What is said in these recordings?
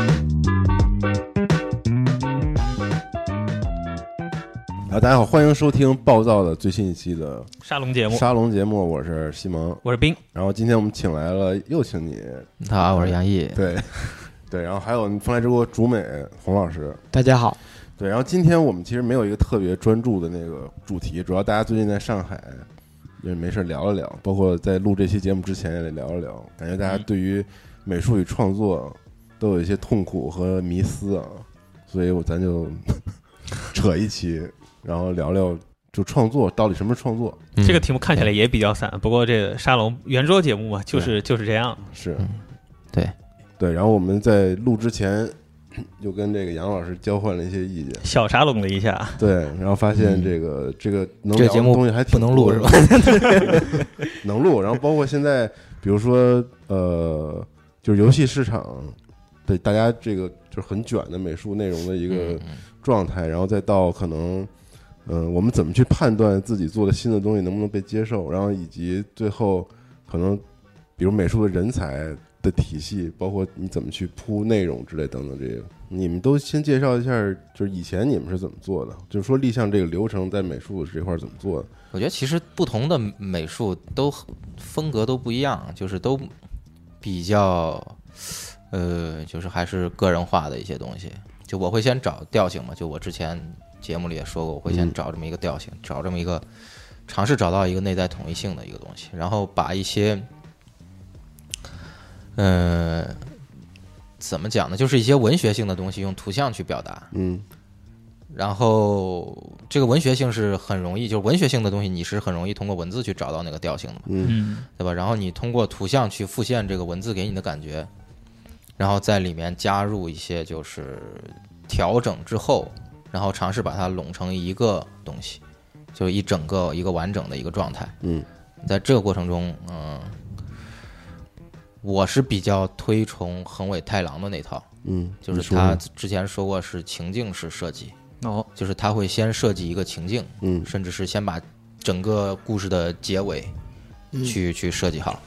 啊大家好，欢迎收听暴躁的最新一期的沙龙节目，沙龙节目，我是西蒙。我是冰，然后今天我们请来了，又请你，大家好，我是杨毅。对， 对，然后还有风来之国竹美洪老师，大家好，对，然后今天我们其实没有一个特别专注的那个主题，主要大家最近在上海，因为没事聊了聊，包括在录这期节目之前也得聊了聊，感觉大家嗯对于美术与创作都有一些痛苦和迷思啊，所以我咱就 扯一期，然后聊聊就创作到底什么是创作嗯这个题目看起来也比较散，不过这个沙龙圆桌节目嘛，就是就是这样。是嗯，对对，然后我们在录之前又跟这个杨老师交换了一些意见。小沙龙了一下，对，然后发现嗯这个、这个能这聊个节目的东西还挺不能录多的是吧？？ 能录，然后包括现在，比如说呃，就是游戏市场对大家这个就是很卷的美术内容的一个状态，然后再到可能。嗯，我们怎么去判断自己做的新的东西能不能被接受？然后以及最后可能，比如美术的人才的体系，包括你怎么去铺内容之类等等这些，你们都先介绍一下，就是以前你们是怎么做的？就是说立项这个流程在美术这块儿怎么做的？我觉得其实不同的美术都风格都不一样，就是都比较，呃，就是还是个人化的一些东西。就我会先找调性嘛，就我之前节目里也说过，我会先嗯找这么一个调性，找这么一个尝试找到一个内在统一性的一个东西，然后把一些，嗯、怎么讲呢？就是一些文学性的东西用图像去表达，嗯然后这个文学性是很容易，就是文学性的东西，你是很容易通过文字去找到那个调性的嘛，嗯嗯，对吧？然后你通过图像去复现这个文字给你的感觉，然后在里面加入一些就是调整之后，然后尝试把它拢成一个东西，就是一整个一个完整的一个状态。嗯在这个过程中，嗯、我是比较推崇横尾太郎的那套，嗯，就你是说他说之前说过是情境式设计。哦，就是他会先设计一个情境，嗯甚至是先把整个故事的结尾去、去设计好，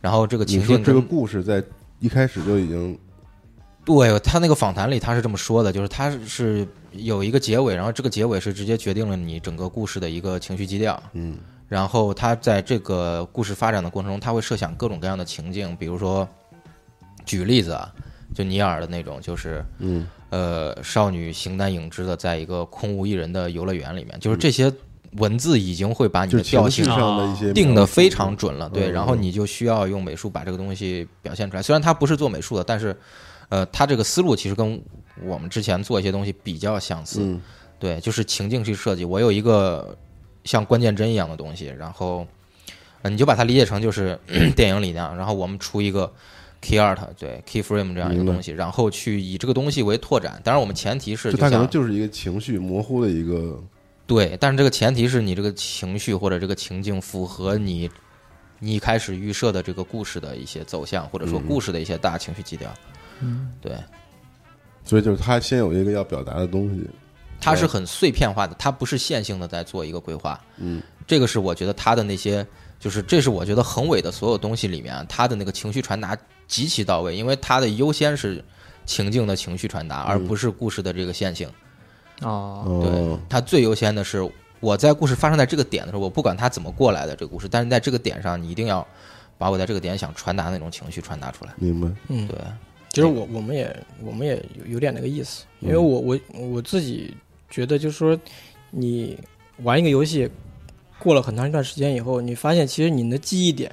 然后这个嗯你情说境这个跟故事在一开始就已经对他那个访谈里他是这么说的，就是他是有一个结尾，然后这个结尾是直接决定了你整个故事的一个情绪基调，嗯然后他在这个故事发展的过程中，他会设想各种各样的情境，比如说举例子啊，就尼尔的那种，就是嗯呃少女形单影只的在一个空无一人的游乐园里面，就是这些文字已经会把你嗯就的是情调绪性啊上的一些定描的述非常准了，对，嗯然后你就需要用美术把这个东西表现出来。虽然他不是做美术的，但是呃，他这个思路其实跟我们之前做一些东西比较相似，嗯对，就是情境去设计。我有一个像关键帧一样的东西，然后、呃你就把它理解成就是 电影里那样，然后我们出一个 key art，对 key frame 这样一个明白东西，然后去以这个东西为拓展。当然，我们前提是就他可能像就是一个情绪模糊的一个对，但是这个前提是你这个情绪或者这个情境符合你你一开始预设的这个故事的一些走向，或者说嗯故事的一些大情绪基调。嗯，对，所以就是他先有一个要表达的东西，它是很碎片化的，它不是线性的在做一个规划。嗯，这个是我觉得他的那些，就是这是我觉得恒伟的所有东西里面啊，他的那个情绪传达极其到位，因为他的优先是情境的情绪传达，而不是故事的这个线性。哦，哦，他最优先的是我在故事发生在这个点的时候，我不管他怎么过来的这个故事，但是在这个点上，你一定要把我在这个点想传达的那种情绪传达出来。明白，嗯，对，其实我我们也我们也有有点那个意思，因为嗯我我我自己觉得就是说，你玩一个游戏，过了很长一段时间以后，你发现其实你的记忆点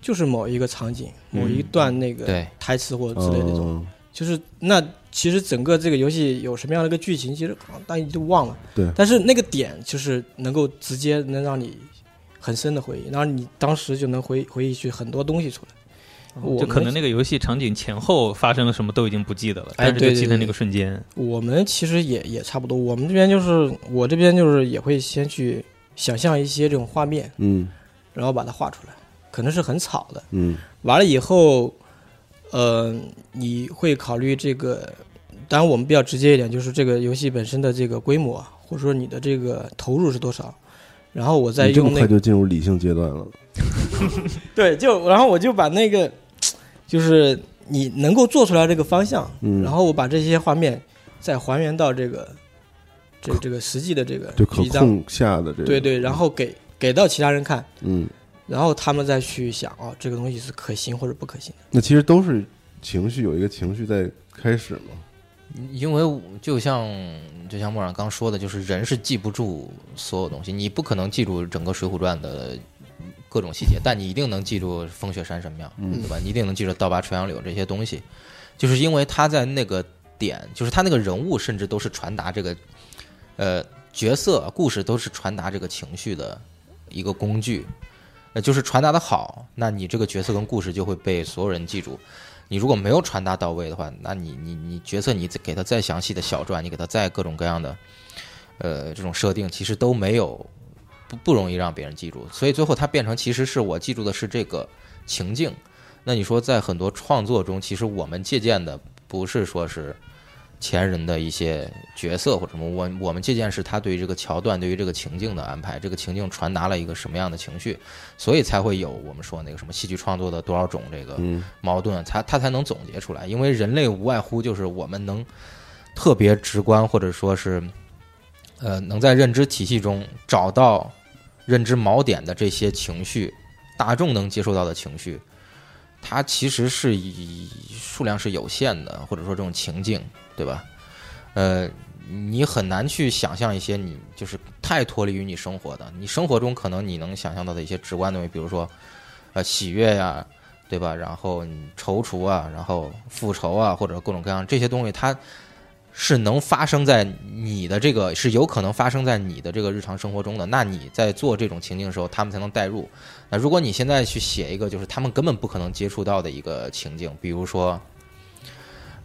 就是某一个场景、某一段那个嗯对台词或者之类的这种，哦就是那其实整个这个游戏有什么样的一个剧情，其实可能大家就忘了。对但是那个点就是能够直接能让你很深的回忆，然后你当时就能回回忆起很多东西出来。我嗯就可们能那个游戏场景前后发生了什么都已经不记得了，但哎是就对记得对那个瞬间。我们其实也也差不多，我们这边就是我这边就是也会先去想象一些这种画面，嗯然后把它画出来，可能是很草的。嗯完了以后，呃，你会考虑这个，当然我们比较直接一点，就是这个游戏本身的这个规模，或者说你的这个投入是多少。然后我再你这么用那快个就进入理性阶段了，对，就然后我就把那个，就是你能够做出来这个方向，嗯然后我把这些画面再还原到这个这这个实际的这个就可一张，控嗯下的这个，对对，然后给给到其他人看，嗯，然后他们再去想哦，这个东西是可行或者不可行的。那其实都是情绪有一个情绪在开始嘛，因为我就像就像莫染刚说的，就是人是记不住所有东西，你不可能记住整个《水浒传》的各种细节，但你一定能记住风雪山神庙，嗯对吧？你一定能记住倒拔垂杨柳这些东西，就是因为他在那个点，就是他那个人物甚至都是传达这个，呃，角色故事都是传达这个情绪的一个工具。呃，就是传达的好，那你这个角色跟故事就会被所有人记住。你如果没有传达到位的话，那你你你角色你给他再详细的小传，你给他再各种各样的，呃，这种设定其实都没有不不容易让别人记住，所以最后它变成其实是我记住的是这个情境。那你说在很多创作中，其实我们借鉴的不是说是前人的一些角色或者什么，我我们借鉴是他对于这个桥段、对于这个情境的安排，这个情境传达了一个什么样的情绪，所以才会有我们说那个什么戏剧创作的多少种这个嗯矛盾，他他才能总结出来。因为人类无外乎就是我们能特别直观，或者说是呃，能在认知体系中找到认知锚点的这些情绪，大众能接受到的情绪，它其实是以数量是有限的，或者说这种情境，对吧？呃，你很难去想象一些你就是太脱离于你生活的，你生活中可能你能想象到的一些直观的东西，比如说呃喜悦呀、对吧？然后你踌躇啊，然后复仇啊，或者各种各样这些东西，它是能发生在你的这个，是有可能发生在你的这个日常生活中的。那你在做这种情境的时候，他们才能代入。那如果你现在去写一个，就是他们根本不可能接触到的一个情境，比如说。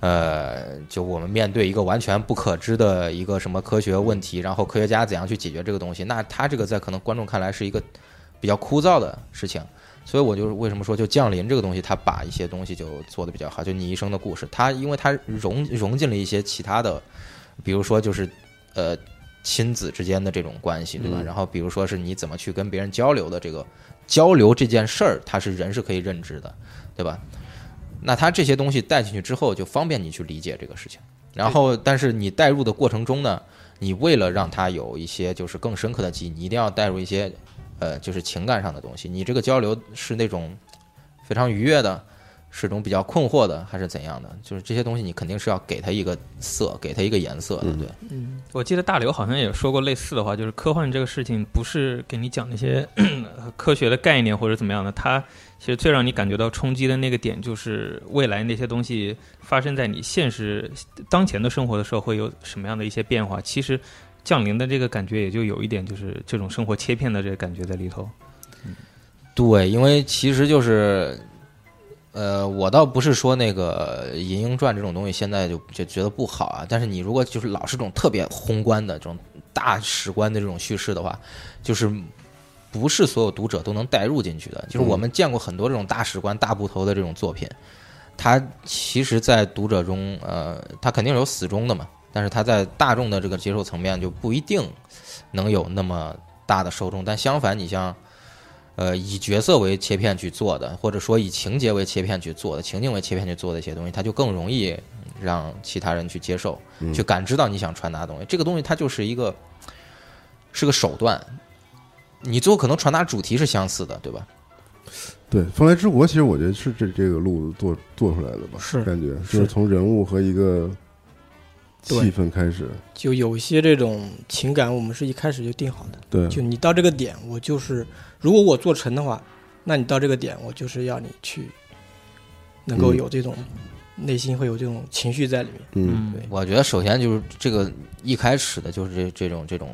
呃，就我们面对一个完全不可知的一个什么科学问题，然后科学家怎样去解决这个东西？那他这个在可能观众看来是一个比较枯燥的事情，所以我就是为什么说就降临这个东西，它把一些东西就做的比较好，就你一生的故事，它因为它融融进了一些其他的，比如说就是呃亲子之间的这种关系，对吧？嗯然后比如说是你怎么去跟别人交流的这个交流这件事儿，它是人是可以认知的，对吧？那它这些东西带进去之后，就方便你去理解这个事情。然后，但是你带入的过程中呢，你为了让它有一些就是更深刻的记忆，你一定要带入一些呃，就是情感上的东西。你这个交流是那种非常愉悦的，是种比较困惑的，还是怎样的？就是这些东西，你肯定是要给它一个色，给它一个颜色的，对。嗯，我记得大刘好像也说过类似的话，就是科幻这个事情不是给你讲那些 科学的概念或者怎么样的，它其实最让你感觉到冲击的那个点，就是未来那些东西发生在你现实当前的生活的时候会有什么样的一些变化。其实降临的这个感觉也就有一点，就是这种生活切片的这个感觉在里头。对，因为其实就是，呃，我倒不是说那个《银鹰传》这种东西现在就就觉得不好啊，但是你如果就是老是这种特别宏观的这种大史观的这种叙事的话，就是不是所有读者都能带入进去的。就是我们见过很多这种大史观、大部头的这种作品，它其实，在读者中，呃，它肯定是有死忠的嘛，但是它在大众的这个接受层面就不一定能有那么大的受众。但相反，你像呃以角色为切片去做的，或者说以情节为切片去做的、情境为切片去做的一些东西，它就更容易让其他人去接受、去感知到你想传达的东西。这个东西它就是一个是个手段，你最后可能传达主题是相似的，对吧？对，《风来之国》其实我觉得是这这个路子做做出来的吧，是感觉就是是从人物和一个对气氛开始，就有一些这种情感，我们是一开始就定好的。对，就你到这个点，我就是，如果我做成的话，那你到这个点，我就是要你去，能够嗯有这种、内心会有这种情绪在里面。嗯，嗯对我觉得首先就是这个一开始的就是这这种这种，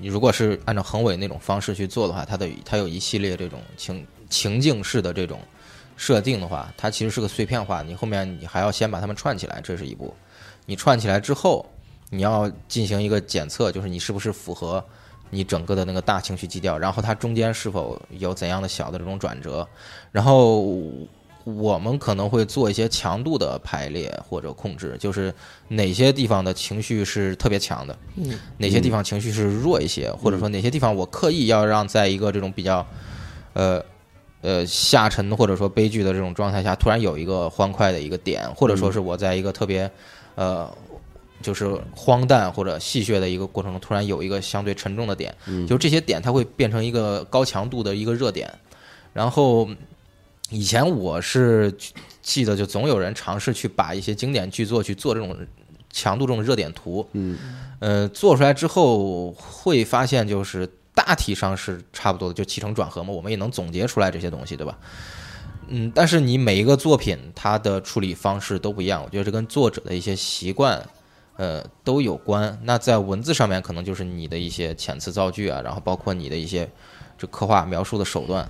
你如果是按照恒伟那种方式去做的话，它的它有一系列这种情情境式的这种设定的话，它其实是个碎片化，你后面你还要先把它们串起来，这是一步。你串起来之后，你要进行一个检测，就是你是不是符合你整个的那个大情绪基调，然后它中间是否有怎样的小的这种转折，然后我们可能会做一些强度的排列或者控制，就是哪些地方的情绪是特别强的，嗯，哪些地方情绪是弱一些，或者说哪些地方我刻意要让在一个这种比较，呃。呃，下沉或者说悲剧的这种状态下，突然有一个欢快的一个点，或者说是我在一个特别，呃，就是荒诞或者戏谑的一个过程中，突然有一个相对沉重的点，嗯就这些点它会变成一个高强度的一个热点。然后以前我是记得，就总有人尝试去把一些经典剧作去做这种强度这种热点图，嗯呃，做出来之后会发现就是大体上是差不多的，就起承转合嘛，我们也能总结出来这些东西，对吧？嗯，但是你每一个作品它的处理方式都不一样，我觉得这跟作者的一些习惯，呃，都有关。那在文字上面，可能就是你的一些遣词造句啊，然后包括你的一些这刻画描述的手段。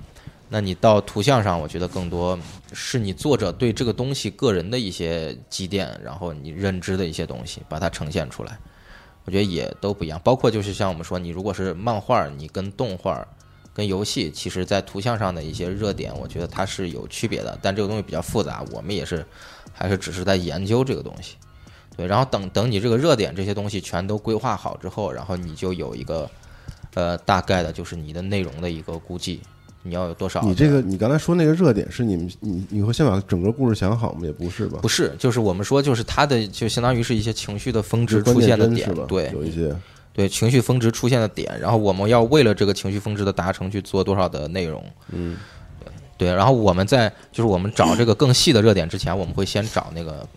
那你到图像上，我觉得更多是你作者对这个东西个人的一些积淀，然后你认知的一些东西，把它呈现出来。我觉得也都不一样。包括就是像我们说，你如果是漫画，你跟动画、跟游戏，其实在图像上的一些热点，我觉得它是有区别的。但这个东西比较复杂，我们也是还是只是在研究这个东西。对，然后等等你这个热点这些东西全都规划好之后，然后你就有一个呃大概的，就是你的内容的一个估计，你要有多少？你这个，你刚才说那个热点是你们，你你会先把整个故事想好吗？也不是吧，不是，就是我们说，就是它的就相当于是一些情绪的峰值关出键现的帧点是吧？，对，有一些，对情绪峰值出现的点，然后我们要为了这个情绪峰值的达成去做多少的内容，嗯对，然后我们在就是我们找这个更细的热点之前，我们会先找那个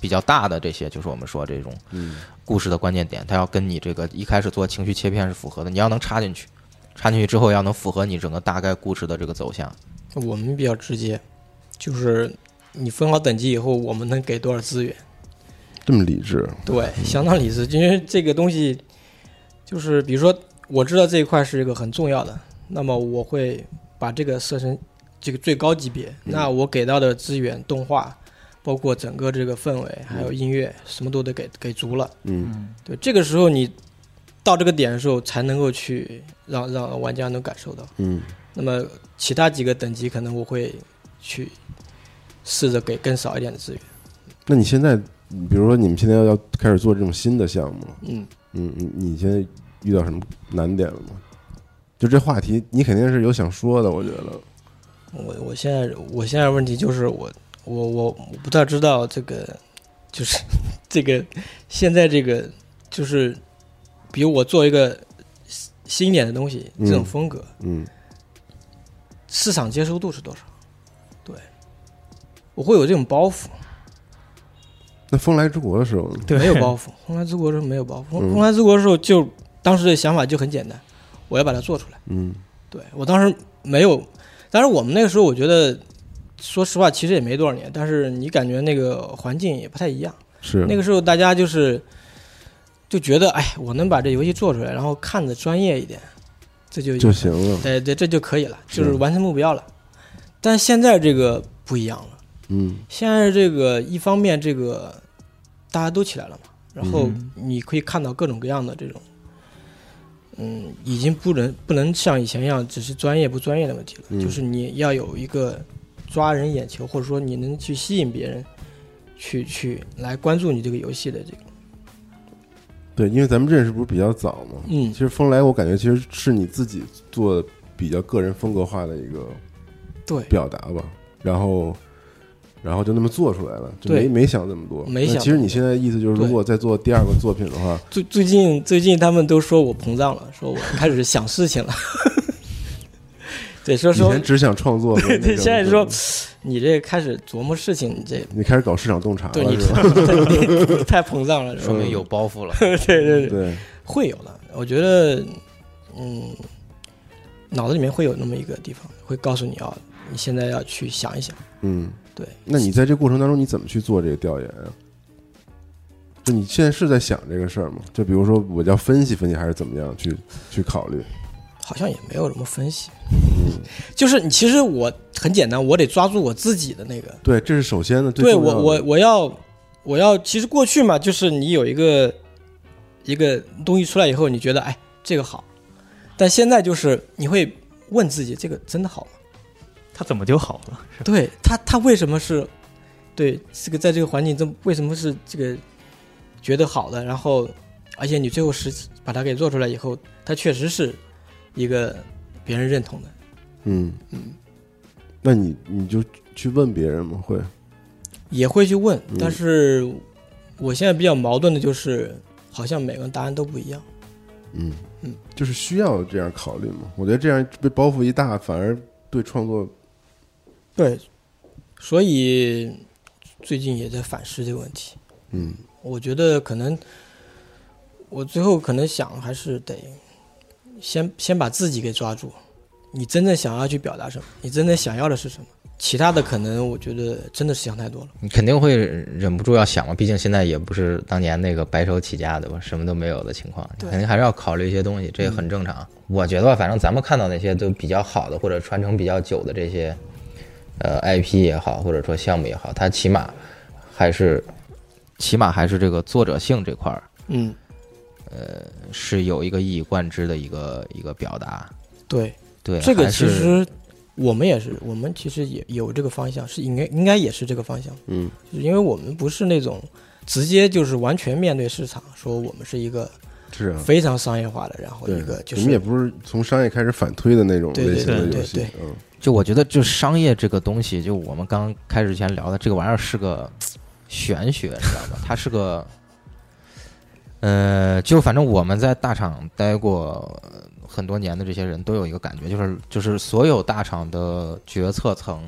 比较大的这些，就是我们说这种嗯故事的关键点，它要跟你这个一开始做情绪切片是符合的，你要能插进去，插进去之后要能符合你整个大概故事的这个走向，我们比较直接，就是你分好等级以后，我们能给多少资源？这么理智，对， 相当理智，因为这个东西就是，比如说我知道这一块是一个很重要的，那么我会把这个设成这个最高级别。那我给到的资源、动画，包括整个这个氛围，还有音乐，什么都得给给足了。嗯嗯对，这个时候你到这个点的时候，才能够去让让玩家能感受到。嗯那么其他几个等级可能我会去试着给更少一点的资源。那你现在，比如说你们现在要开始做这种新的项目了，嗯，嗯，你你现在遇到什么难点了吗？就这话题，你肯定是有想说的，我觉得。我我现在我现在问题就是我我我我不太知道这个就是 这个现在这个就是比如我做一个新新一点的东西，嗯这种风格、嗯市场接受度是多少？对，我会有这种包袱。，那风来之国的时候呢，对没有包袱。红蓝之国的时候没有包袱，嗯红蓝之国的时候就当时的想法就很简单，我要把它做出来。嗯对我当时没有，当然我们那个时候我觉得，说实话其实也没多少年，但是你感觉那个环境也不太一样。是那个时候大家就是就觉得，哎，我能把这游戏做出来，然后看着专业一点，这就就行了，对对，这就可以了，就是是完成目标了。但现在这个不一样了。嗯现在这个一方面，这个大家都起来了嘛，然后嗯你可以看到各种各样的这种，嗯，已经不能不能像以前一样只是专业不专业的问题了，嗯就是你要有一个抓人眼球，或者说你能去吸引别人，去去来关注你这个游戏的这个，对，因为咱们认识不是比较早嘛，嗯其，实风来我感觉其实是你自己做的比较个人风格化的一个对，表达吧，然后然后就那么做出来了，就没对没想这么多。没想那其实你现在意思就是，对如果再做第二个作品的话，最最近最近他们都说我膨胀了，说我开始想事情 了，对，说以说前只想创作和那对个，现在说你这开始琢磨事情，你这你开始搞市场洞察对 你了，是吧？太你太膨胀了，是说吧？嗯明有包袱了。 对对对，对，会有的。我觉得，嗯，脑子里面会有那么一个地方，会告诉你要你现在要去想一想。嗯，对，那你在这过程当中，你怎么去做这个调研啊？就你现在是在想这个事儿吗？就比如说，我要分析分析，还是怎么样去去考虑？好像也没有什么分析，嗯， 就是你其实我很简单，我得抓住我自己的那个。对，这是首先的。最对重要我的我我要我要，其实过去嘛，就是你有一个一个东西出来以后，你觉得哎这个好，但现在就是你会问自己，这个真的好吗？他怎么就好了？对他，他为什么是，对这个在这个环境中为什么是这个觉得好的？然后，而且你最后实际把它给做出来以后，它确实是一个别人认同的。嗯嗯，那你你就去问别人吗？会也会去问嗯，但是我现在比较矛盾的就是，好像每个人答案都不一样。嗯嗯，就是需要这样考虑嘛。我觉得这样被包袱一大，反而对创作，对，所以最近也在反思这个问题。嗯我觉得可能我最后可能想还是得先先把自己给抓住，你真正想要去表达什么，你真正想要的是什么。其他的可能我觉得真的是想太多了。你肯定会忍不住要想嘛，毕竟现在也不是当年那个白手起家的吧，什么都没有的情况，你对肯定还是要考虑一些东西，这也很正常。我觉得吧，反正咱们看到那些都比较好的或者传承比较久的这些，呃，IP 也好，或者说项目也好，它起码还是起码还是这个作者性这块儿嗯，是有一个一以贯之的一个一个表达。对，对，这个还其是实我们也是，我们其实也有这个方向，是应该应该也是这个方向。嗯就是因为我们不是那种直接就是完全面对市场，说我们是一个是啊，非常商业化的，然后对一个，就你们也是不是从商业开始反推的那种对类型的对对游戏对，嗯，就我觉得，就商业这个东西，就我们刚开始前聊的，这个玩意儿是个玄学，你知道吧？它是个，呃，就反正我们在大厂待过呃很多年的这些人都有一个感觉，就是就是所有大厂的决策层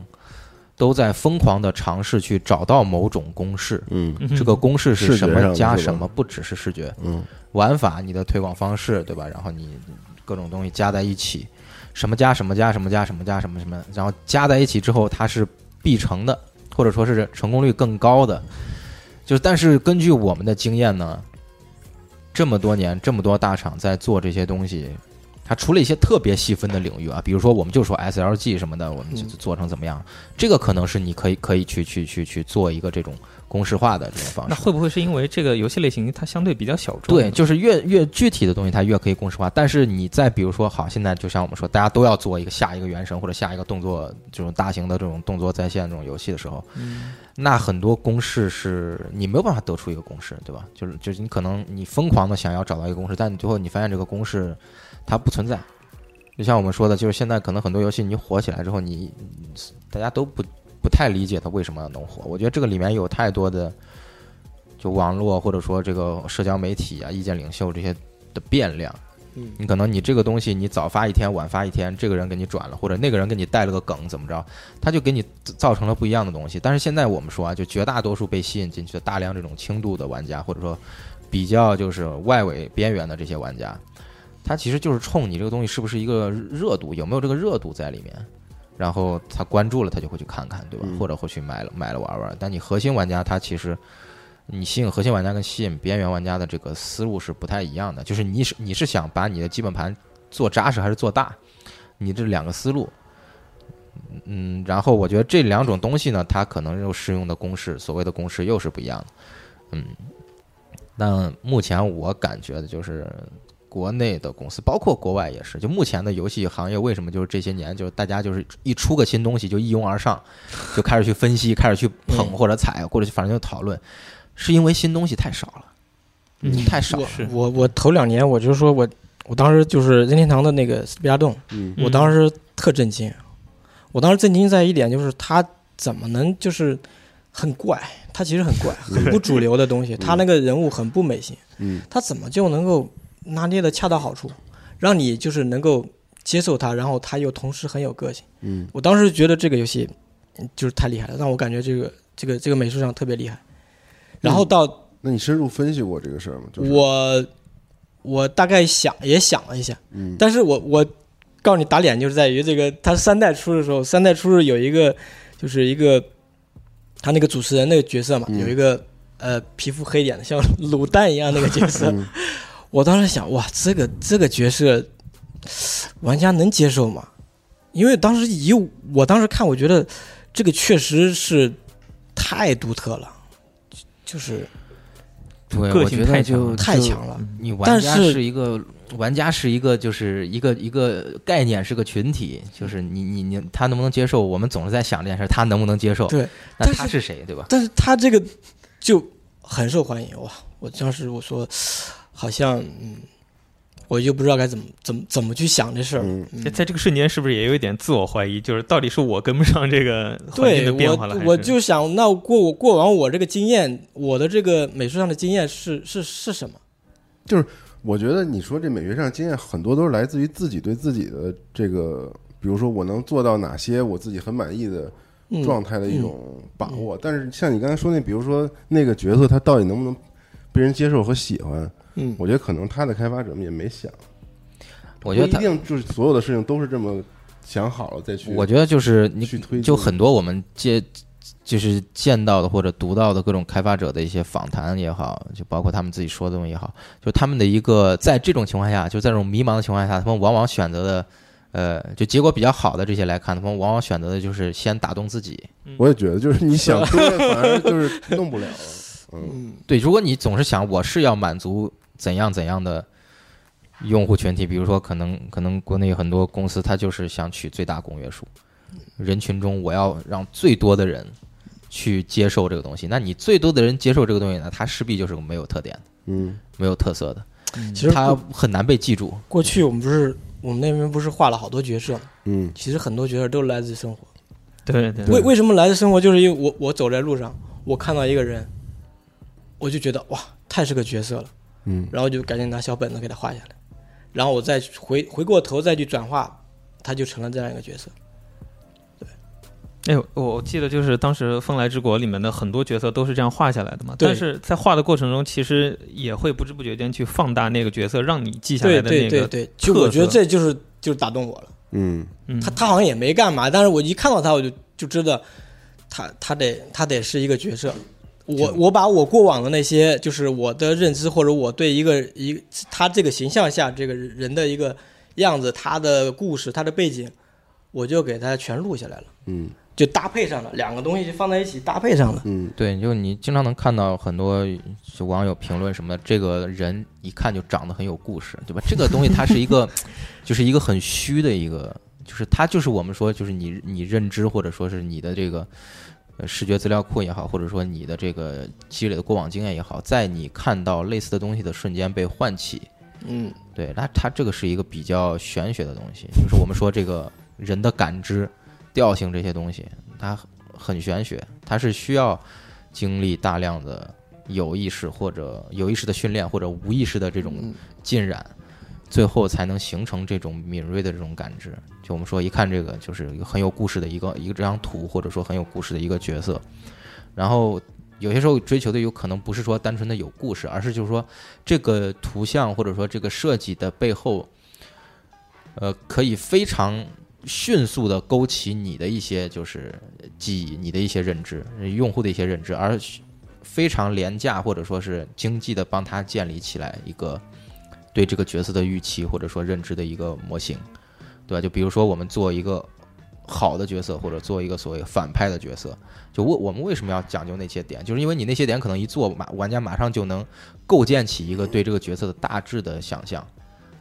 都在疯狂的尝试去找到某种公式，嗯嗯哼这个公式视觉是什上么的加是吧什么，不只是视觉，嗯玩法、你的推广方式，对吧？然后你各种东西加在一起，什么加什么加什么加什么加什么什么，然后加在一起之后，它是必成的，或者说是成功率更高的。就是，但是根据我们的经验呢，这么多年，这么多大厂在做这些东西，它除了一些特别细分的领域啊，比如说我们就说 SLG 什么的，我们就嗯做成怎么样，这个可能是你可以可以去去去去做一个这种公式化的这种方式。那会不会是因为这个游戏类型它相对比较小众？对，就是越越具体的东西，它越可以公式化。但是你再比如说，好，现在就像我们说，大家都要做一个下一个原神或者下一个动作这种大型的这种动作在线这种游戏的时候，嗯那很多公式是你没有办法得出一个公式，对吧？就是就是你可能你疯狂的想要找到一个公式，但你最后你发现这个公式它不存在。就像我们说的，就是现在可能很多游戏你火起来之后，你你大家都不不太理解它为什么能火。我觉得这个里面有太多的就网络或者说这个社交媒体啊、意见领袖这些的变量。嗯你可能你这个东西你早发一天晚发一天，这个人给你转了，或者那个人给你带了个梗，怎么着，他就给你造成了不一样的东西。但是现在我们说啊，就绝大多数被吸引进去的大量这种轻度的玩家，或者说比较就是外围边缘的这些玩家，他其实就是冲你这个东西是不是一个热度，有没有这个热度在里面，然后他关注了，他就会去看看，对吧？嗯或者会去买了买了玩玩。但你核心玩家，他其实你吸引核心玩家跟吸引边缘玩家的这个思路是不太一样的，就是你是你是想把你的基本盘做扎实还是做大，你这两个思路。嗯，然后我觉得这两种东西呢，它可能又适用的公式，所谓的公式又是不一样的。嗯，但目前我感觉的就是，国内的公司，包括国外也是，就目前的游戏行业，为什么就是这些年，就是大家就是一出个新东西就一拥而上，就开始去分析，开始去捧嗯或者踩，或者反正就讨论，是因为新东西太少了，嗯，太少了。是我我头两年我就说我我当时就是任天堂的那个斯皮亚洞，嗯我当时特震惊，我当时震惊在一点就是他怎么能就是很怪，他其实很怪，很不主流的东西，他那个人物很不美型，嗯他怎么就能够拿捏的恰到好处，让你就是能够接受他，然后他又同时很有个性。嗯我当时觉得这个游戏嗯就是太厉害了，让我感觉这个这个这个美术上特别厉害。然后到那你深入分析过这个事儿吗？就是我我大概想也想了一下，嗯但是我我告诉你打脸就是在于这个，他三代出的时候，三代出是有一个就是一个他那个主持人那个角色嘛，嗯有一个呃皮肤黑一点的像卤蛋一样那个角色，嗯 我当时想哇，这个这个角色玩家能接受吗？因为当时以我当时看，我觉得这个确实是太独特了，就是对，个我性觉得太强就了嗯太强了。你玩但家是是一个玩家是一个就是一个一个概念是个群体，就是你你你他能不能接受？我们总是在想这件事，他能不能接受？对，那但他是是谁，对吧？但是他这个就很受欢迎哇！我当时我说，好像嗯，我就不知道该怎么怎么怎么去想这事儿。嗯嗯在在这个瞬间，是不是也有一点自我怀疑？就是到底是我跟不上这个环境对的变化我了，还，是我就想，那过我过往我这个经验，我的这个美术上的经验是是是什么？我觉得你说这美学上经验很多都是来自于自己对自己的这个，比如说我能做到哪些我自己很满意的嗯，状态的一种把嗯握。但是像你刚才说那，比如说那个角色他到底能不能被人接受和喜欢，嗯，我觉得可能他的开发者们也没想，我觉得不一他，定就是所有的事情都是这么想好了再去。我觉得就是你去推进就很多我们接就是见到的或者读到的各种开发者的一些访谈也好，就包括他们自己说的东西也好，就他们的一个在这种情况下，就在这种迷茫的情况下，他们往往选择的。呃，就结果比较好的这些来看，他们往往选择的就是先打动自己。我也觉得，就是你想多了，反而就是弄不 了了。嗯，嗯对，如果你总是想我是要满足怎样怎样的用户群体，比如说可能可能国内很多公司它就是想取最大公约数，人群中我要让最多的人去接受这个东西。那你最多的人接受这个东西呢，它势必就是没有特点的、嗯，没有特色的，嗯其实它过很难被记住。过去我们不是我们那边不是画了好多角色吗，嗯，其实很多角色都是来自于生活。对对为为什么来自生活？就是因为我我走在路上，我看到一个人，我就觉得哇，太是个角色了，嗯，然后就赶紧拿小本子给他画下来，然后我再回回过头再去转化，他就成了这样一个角色。哎，我我记得就是当时《风来之国》里面的很多角色都是这样画下来的嘛，对但是在画的过程中，其实也会不知不觉间去放大那个角色，让你记下来对的那对对个。对，就我觉得这就是就是打动我了。嗯，嗯，他他好像也没干嘛，但是我一看到他，我就就知道他他得他得是一个角色。我我把我过往的那些，就是我的认知或者我对一个一他这个形象下这个人的一个样子，他的故事，他的背景，我就给他全录下来了，嗯，就搭配上了，两个东西就放在一起搭配上了。嗯，对，就你经常能看到很多就网友评论什么的，这个人一看就长得很有故事，对吧？这个东西它是一个， 就是一个很虚的一个，就是它就是我们说就是你你认知或者说是你的这个呃视觉资料库也好，或者说你的这个积累的过往经验也好，在你看到类似的东西的瞬间被唤起，嗯，对，那它这个是一个比较玄学的东西，就是我们说这个人的感知、调性这些东西，它很玄学，它是需要经历大量的有意识或者有意识的训练，或者无意识的这种嗯浸染，最后才能形成这种敏锐的这种感知。就我们说，一看这个就是一个很有故事的一个一个这张图，或者说很有故事的一个角色。然后有些时候追求的有可能不是说单纯的有故事，而是就是说这个图像或者说这个设计的背后，呃，可以非常。迅速的勾起你的一些就是记忆，你的一些认知，用户的一些认知，而非常廉价或者说是经济的帮他建立起来一个对这个角色的预期或者说认知的一个模型，对吧？就比如说我们做一个好的角色，或者做一个所谓反派的角色，就我我们为什么要讲究那些点？就是因为你那些点可能一做，马玩家马上就能构建起一个对这个角色的大致的想象。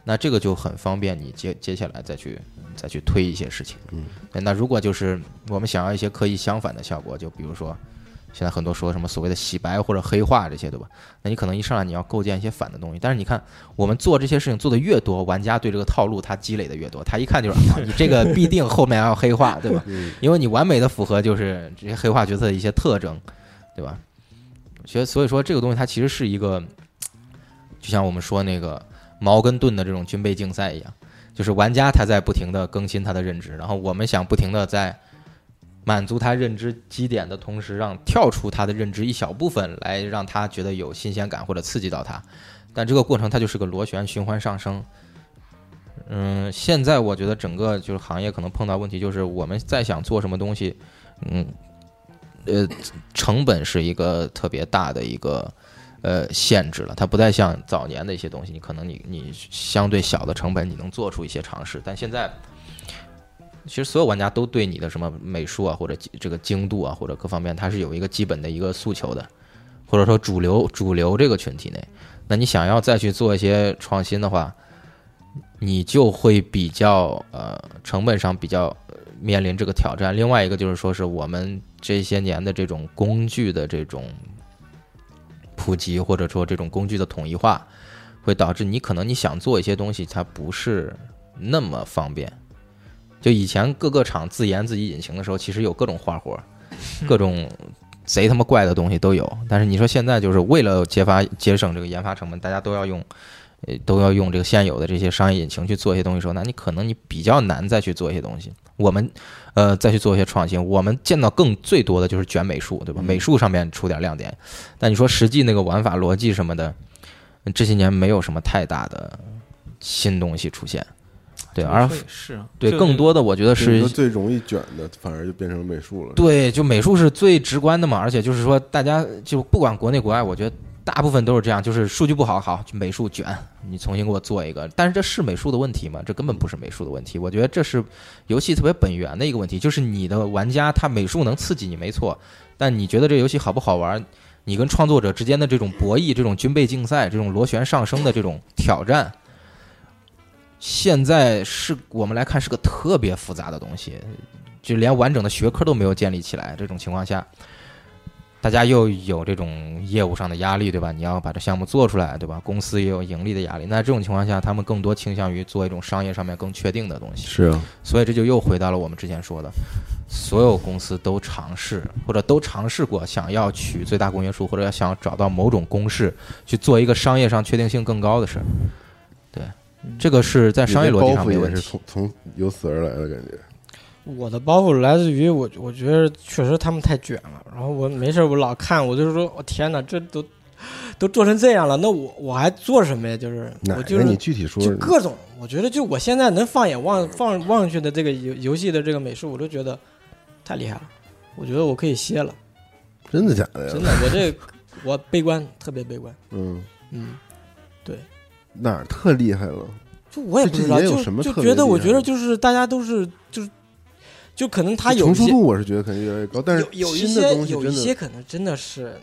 那这个就很方便你接接下来再去再去推一些事情。嗯对，那如果就是我们想要一些刻意相反的效果，就比如说现在很多说什么所谓的洗白或者黑化这些，对吧？那你可能一上来你要构建一些反的东西，但是你看我们做这些事情做的越多，玩家对这个套路他积累的越多，他一看就是啊，你这个必定后面要黑化，对吧？因为你完美的符合就是这些黑化角色的一些特征，对吧？所以所以说这个东西它其实是一个，就像我们说那个矛跟盾的这种军备竞赛一样，就是玩家他在不停的更新他的认知，然后我们想不停的在满足他认知基点的同时，让跳出他的认知一小部分，来让他觉得有新鲜感或者刺激到他。但这个过程它就是个螺旋循环上升。嗯，现在我觉得整个就是行业可能碰到问题，就是我们再想做什么东西，嗯，呃，成本是一个特别大的一个呃限制了。它不再像早年的一些东西，你可能你你相对小的成本你能做出一些尝试，但现在其实所有玩家都对你的什么美术啊，或者这个精度啊，或者各方面，它是有一个基本的一个诉求的，或者说主流主流这个群体内，那你想要再去做一些创新的话，你就会比较呃成本上比较呃面临这个挑战。另外一个就是说是我们这些年的这种工具的这种普及，或者说这种工具的统一化，会导致你可能你想做一些东西，它不是那么方便。就以前各个厂自研自己引擎的时候，其实有各种花活，各种贼他妈怪的东西都有。但是你说现在就是为了节发节省这个研发成本，大家都要用，呃，都要用这个现有的这些商业引擎去做一些东西的时候，那你可能你比较难再去做一些东西。我们，呃，再去做一些创新。我们见到更最多的就是卷美术，对吧？美术上面出点亮点，但你说实际那个玩法逻辑什么的，这些年没有什么太大的新东西出现。对，这而么说也是啊，对就更多的我觉就得是是说最容易卷的，反而就变成美术了。对，就美术是最直观的嘛，而且就是说，大家就不管国内国外，我觉得大部分都是这样，就是数据不好，好美术卷，你重新给我做一个。但是这是美术的问题吗？这根本不是美术的问题，我觉得这是游戏特别本源的一个问题，就是你的玩家他美术能刺激你没错，但你觉得这游戏好不好玩？你跟创作者之间的这种博弈、这种军备竞赛、这种螺旋上升的这种挑战，现在是我们来看是个特别复杂的东西，就连完整的学科都没有建立起来。这种情况下，大家又有这种业务上的压力，对吧？你要把这项目做出来，对吧？公司也有盈利的压力。那这种情况下，他们更多倾向于做一种商业上面更确定的东西。是啊，所以这就又回到了我们之前说的，所有公司都尝试或者都尝试过想要取最大公约数，或者要想找到某种公式去做一个商业上确定性更高的事儿。对，这个是在商业逻辑上嗯你的没包袱问也是题。从从由此而来的感觉。我的包袱来自于我，我觉得确实他们太卷了。然后我没事儿我老看，我就说，我、天哪，这都都做成这样了，那我我还做什么呀？就是哪我就个你是具体说？就各种，我觉得就我现在能放眼望放望上去的这个游游戏的这个美术，我都觉得太厉害了。我觉得我可以歇了，真的假的呀？真的，我 这我悲观，特别悲观。嗯，嗯，哪儿特厉害了？就我也不知道，这也有就什么就特别觉得，我厉害觉得的就是大家都是就是就可能他有成一熟些度我是觉得肯定越来越高，但是有有一新的些东西有一真些的可能真的是，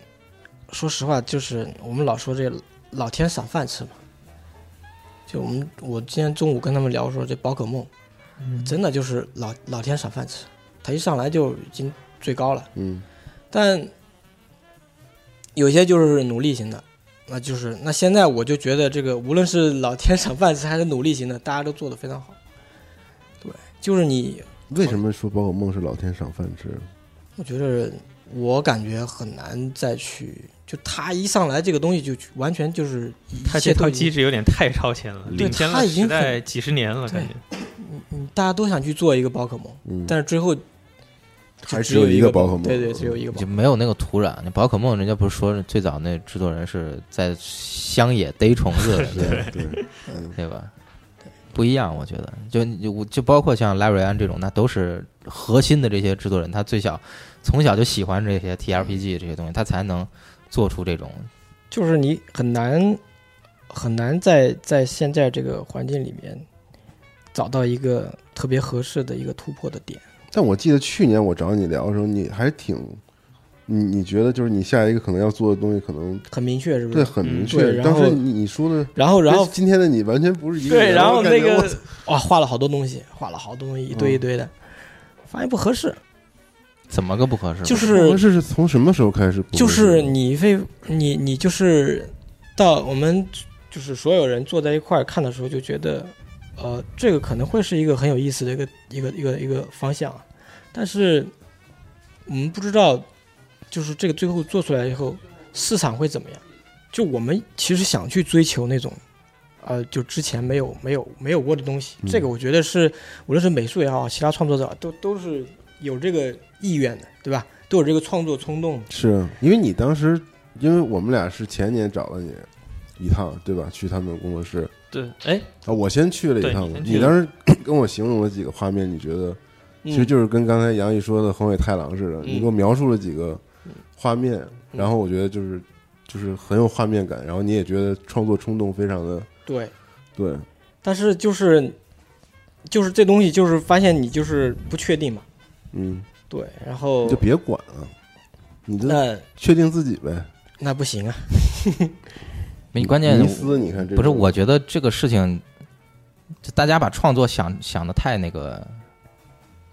说实话，就是我们老说这老天赏饭吃嘛。就我们我今天中午跟他们聊说这宝可梦，嗯真的就是老老天赏饭吃，它一上来就已经最高了。嗯，但有些就是努力型的，那就是那现在我就觉得这个无论是老天赏饭吃还是努力型的，大家都做得非常好。对，就是你为什么说宝可梦是老天赏饭吃？我觉得我感觉很难再去，就他一上来这个东西就完全就是一它切这都套已经机制有点太超前了，对领先它了已经时很代几十年了，感觉。嗯大家都想去做一个宝可梦，嗯，但是最后就还只只有一一个宝宝可梦对对，只有一个宝可就梦。没有那个土壤。那宝可梦人家不是说最早那制作人是在乡野逮虫 子的，对对，对吧？不一样，我觉得就就我就包括像拉瑞安这种，那都是核心的这些制作人，他最小从小就喜欢这些 TRPG 这些东西，他才能做出这种就是你很难很难在在现在这个环境里面找到一个特别合适的一个突破的点。但我记得去年我找你聊的时候，你还挺，你你觉得就是你下一个可能要做的东西，可能很明确，是不对是？很嗯明嗯对确。然当时后你你说的，然后，然后跟今天的你完全不是一个人。对，然后我感那觉个我嗯哇，画了好多东西，画了好多东西，一堆一堆的，发现不合适，怎么个不合适？就我是们是是从什么时候开始不合适的？就是你非你你就是到我们就是所有人坐在一块儿看的时候，就觉得，呃，这个可能会是一个很有意思的一个一个一个一个方向，但是我们不知道，就是这个最后做出来以后，市场会怎么样？就我们其实想去追求那种，呃，就之前没有没有没有过的东西，嗯这个我觉得是无论是美术也好，其他创作者都都是有这个意愿的，对吧？都有这个创作冲动的。是因为你当时，因为我们俩是前年找了你一趟，对吧？去他们工作室对，哎，啊，我先去了一对趟你嘛。先去你了当时 跟我形容了几个画面，你觉得其实嗯就是跟刚才杨毅说的横尾太郎似的，嗯你给我描述了几个画面，然后我觉得就是就是很有画面感，然后你也觉得创作冲动非常的对，对，但是就是就是这东西就是发现你就是不确定嘛，嗯，对，然后你就别管了，你就那确定自己呗。那不行啊，没关键尼斯，你看这不是种我觉得这个事情，就大家把创作想想的太那个，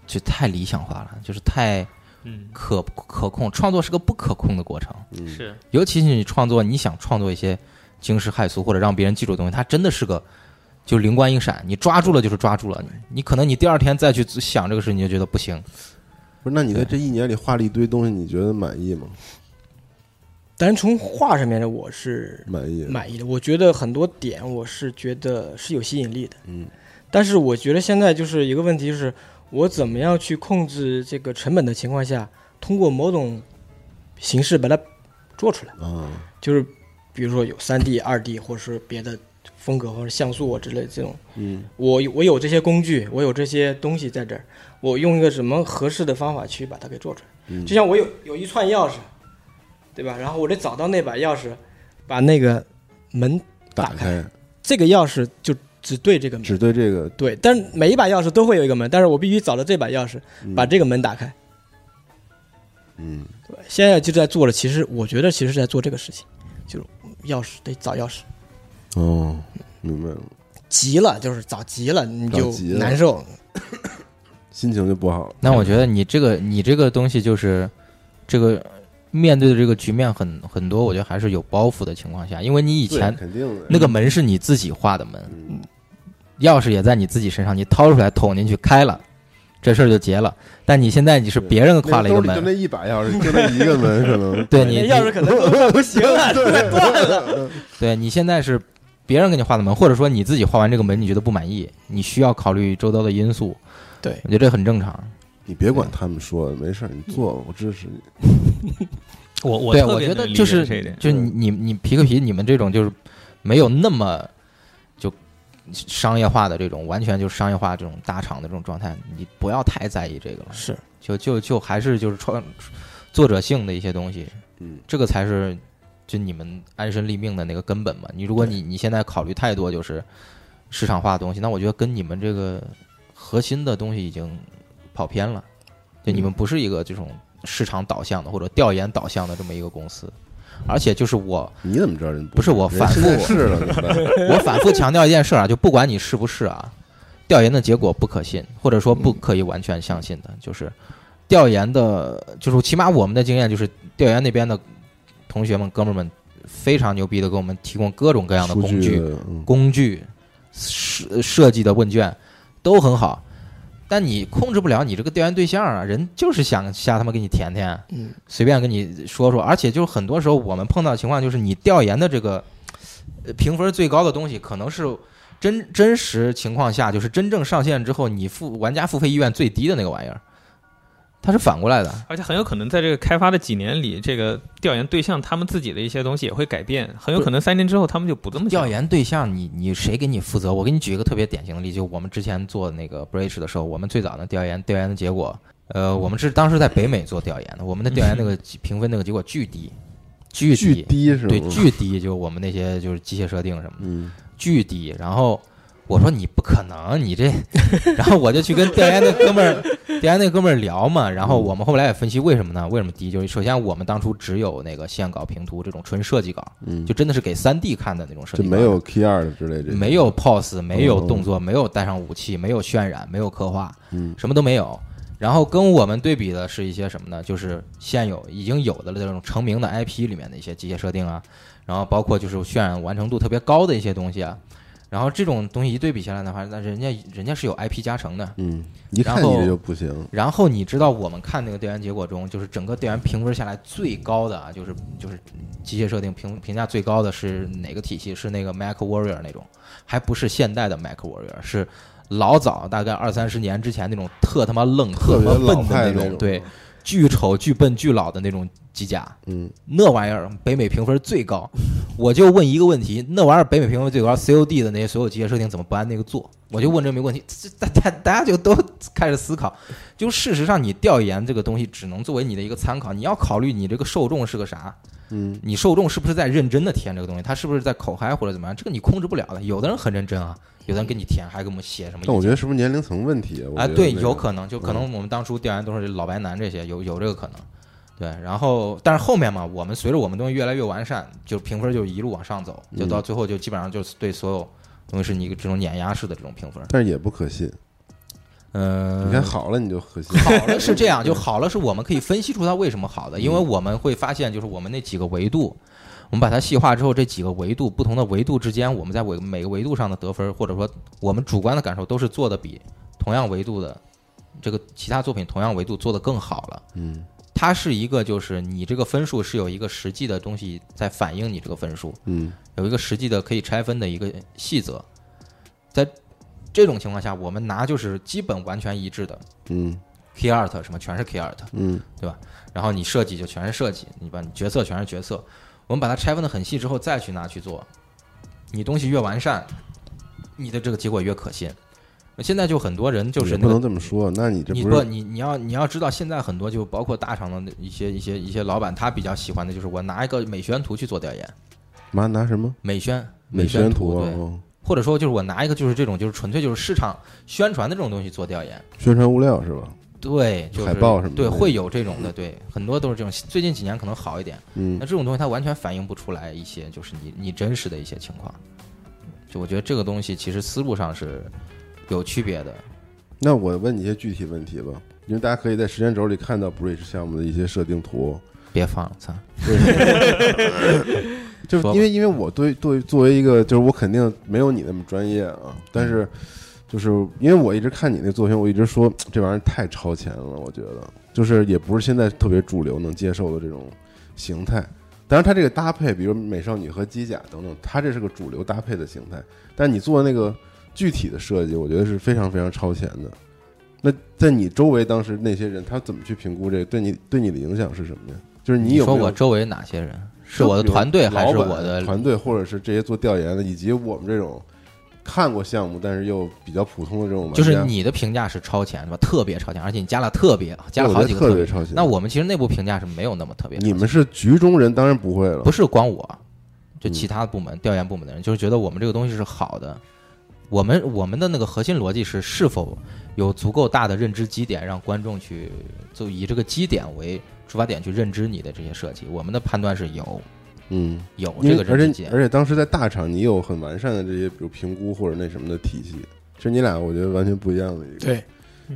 就太理想化了，就是太嗯，可可控。创作是个不可控的过程，嗯是尤其是你创作，你想创作一些惊世骇俗或者让别人记住的东西，它真的是个就是灵光一闪，你抓住了就是抓住了，你你可能你第二天再去想这个事，你就觉得不行。不是，那你在这一年里画了一堆东西，你觉得满意吗？单从画上面的我是满意，满意的，我觉得很多点我是觉得是有吸引力的，嗯，但是我觉得现在就是一个问题，就是我怎么样去控制这个成本的情况下，通过某种形式把它做出来，啊，就是比如说有三 D、二 D 或者是别的风格或者像素啊之类的这种，嗯，我我有这些工具，我有这些东西在这儿，我用一个什么合适的方法去把它给做出来。嗯就像我有有一串钥匙，对吧？然后我得找到那把钥匙，把那个门打打开，这个钥匙就只对这个门。只对这个，对，但是每一把钥匙都会有一个门，但是我必须找到这把钥匙，嗯把这个门打开。嗯，现在就在做了，其实我觉得其实是在做这个事情，就是钥匙得找钥匙，哦，明白了，急了就是找急了你找就急了难受，心情就不好了，那我觉得你这个你这个东西就是这个面对的这个局面很很多，我觉得还是有包袱的情况下，因为你以对前肯定的那个门是你自己画的门，嗯钥匙也在你自己身上，你掏出来捅进去开了，这事儿就结了。但你现在你是别人跨了一那兜个里就那门，一把钥匙，就那一个 门，可能对你钥匙可能都不 行了，断了。对你现在是别人给你画的门，或者说你自己画完这个门你觉得不满意，你需要考虑周遭的因素。对我觉得这很正常。你别管他们说的，没事儿，你做，我支持你。我我对，特我别觉能得理就解是这一点，嗯就是你你你皮克皮，你们这种就是没有那么就商业化的这种，完全就是商业化这种大厂的这种状态，你不要太在意这个了。是就就就还是就是创作者性的一些东西，嗯，这个才是就你们安身立命的那个根本嘛。你如果你你现在考虑太多就是市场化的东西，那我觉得跟你们这个核心的东西已经跑偏了。就你们不是一个这种市场导向的或者调研导向的这么一个公司，而且就是我你怎么知道人不是我人反现复在是了，怎么 办 我反复强调一件事儿啊，就不管你是不是啊，调研的结果不可信，或者说不可以完全相信的，就是调研的，就是起码我们的经验就是，调研那边的同学们、哥们儿们非常牛逼的，给我们提供各种各样的数工据具、的，嗯工具设设计的问卷都很好，但你控制不了你这个调研对象啊，人就是想瞎他妈给你填填。嗯，随便跟你说说，而且就是很多时候我们碰到的情况就是，你调研的这个呃评分最高的东西，可能是真真实情况下，就是真正上线之后，你付玩家付费意愿最低的那个玩意儿，它是反过来的。而且很有可能在这个开发的几年里，这个调研对象他们自己的一些东西也会改变，很有可能三年之后他们就不这么想调研对象你，你谁给你负责？我给你举一个特别典型的例子，就我们之前做那个 Bridge 的时候，我们最早的调研，调研的结果，呃，我们是当时在北美做调研的，我们的调研那个评分那个结果巨低，巨嗯巨低，低是吗？对，巨低，就是我们那些就是机械设定什么的。嗯，巨低。然后我说你不可能，你这，然后我就去跟调研那哥们儿，调研那哥们儿聊嘛。然后我们后来也分析为什么呢？为什么低？就是首先我们当初只有那个线稿、平图这种纯设计稿，嗯就真的是给三 D 看的那种设就计稿，没有 K 二的之类这些哦没有 pose，没有动作，没有带上武器，没有渲染，没有刻画，嗯什么都没有。然后跟我们对比的是一些什么呢？就是现有已经有的这种成名的 IP 里面的一些机械设定啊，然后包括就是渲染完成度特别高的一些东西啊。然后这种东西一对比下来的话，那人家人家是有 IP 加成的。嗯，一看然你后这就不行，然后你知道我们看那个调研结果中，就是整个调研评分下来最高的啊，就是就是机械设定评评价最高的是哪个体系？是那个 Mac Warrior 那种，还不是现代的 Mac Warrior，是老早大概二三十年之前那种特他妈愣、特特别他妈老笨派的那那种种，对，巨丑、巨笨、巨老的那种机甲。嗯，那玩意儿北美评分最高，我就问一个问题：那玩意儿北美评分最高，COD 的那些所有机械设定怎么不按那个做？我就问这么一个问题，这大大大家就都开始思考。就事实上，你调研这个东西只能作为你的一个参考，你要考虑你这个受众是个啥，嗯，你受众是不是在认真的填这个东西，他是不是在口嗨或者怎么样，这个你控制不了的。有的人很认真啊，有的人给你填还给我们写什么意见。但我觉得是不是年龄层问题啊？我觉啊，得对，那个嗯有可能，就可能我们当初调研都是老白男这些，有有这个可能，对。然后，但是后面嘛，我们随着我们东西越来越完善，就评分就一路往上走，就嗯到最后就基本上就是对所有东西是你一个这种碾压式的这种评分。但是也不可信。嗯、你看好了你就可信， 好了是这样，就好了是我们可以分析出它为什么好的，因为我们会发现就是我们那几个维度，我们把它细化之后，这几个维度不同的维度之间，我们在维每个维度上的得分，或者说我们主观的感受，都是做的比同样维度的这个其他作品同样维度做的更好了。嗯它是一个，就是你这个分数是有一个实际的东西在反映你这个分数，嗯有一个实际的可以拆分的一个细则。在这种情况下，我们拿就是基本完全一致的嗯 key art 什么全是 key art，嗯然后你设计就全是设计，你把你角色全是角色，我们把它拆分的很细之后再去拿去做，你东西越完善，你的这个结果越可信。现在就很多人就是也那不个能这么说，那你这你不是你你要你要知道，现在很多就包括大厂的一些一些一些老板，他比较喜欢的就是我拿一个美宣图去做调研，拿拿什么美宣美宣宣图啊对，哦或者说就是我拿一个就是这种就是纯粹就是市场宣传的这种东西做调研，宣传物料是吧？对，就是海报什么的对，会有这种的，对，很多都是这种。最近几年可能好一点，嗯那这种东西它完全反映不出来一些就是你你真实的一些情况，就我觉得这个东西其实思路上是有区别的，那我问你一些具体问题吧，因为大家可以在时间轴里看到 Bridge 项目的一些设定图。别放了，操， 就说吧因为因为我对对作为一个就是我肯定没有你那么专业啊，但嗯是就是因为我一直看你那作品，我一直说这玩意儿太超前了，我觉得就是也不是现在特别主流能接受的这种形态。当然，它这个搭配，比如美少女和机甲等等，它这是个主流搭配的形态。但你做那个具体的设计，我觉得是非常非常超前的。那在你周围当时那些人，他怎么去评估这个？对你对你的影响是什么呀？就是你有没说有我周围哪些人是我的团队还是老板我的团队，或者是这些做调研的，以及我们这种看过项目但是又比较普通的这种玩家，就是你的评价是超前对吧？特别超前，而且你加了特别，加了好几我觉得个特别。别超前。那我们其实内部评价是没有那么特别超前。你们是局中人，当然不会了。不是，是光我，就嗯其他部门、调研部门的人，就是觉得我们这个东西是好的。我们我们的那个核心逻辑是是否有足够大的认知基点，让观众去就以这个基点为出发点去认知你的这些设计。我们的判断是有嗯，有因这为个认而知且基点。而且当时在大厂，你有很完善的这些，比如评估或者那什么的体系。其实你俩我觉得完全不一样的一个对，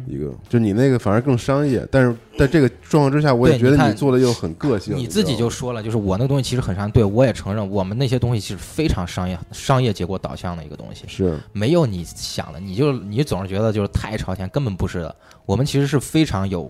一个，就你那个反而更商业，但是在这个状况之下，我也对觉你得看你做的又很个性。你知自己道就吗说了，就是我那个东西其实很商，对我也承认，我们那些东西是非常商业、商业结果导向的一个东西，是没有你想的，你就你总是觉得就是太超前，根本不是的。我们其实是非常有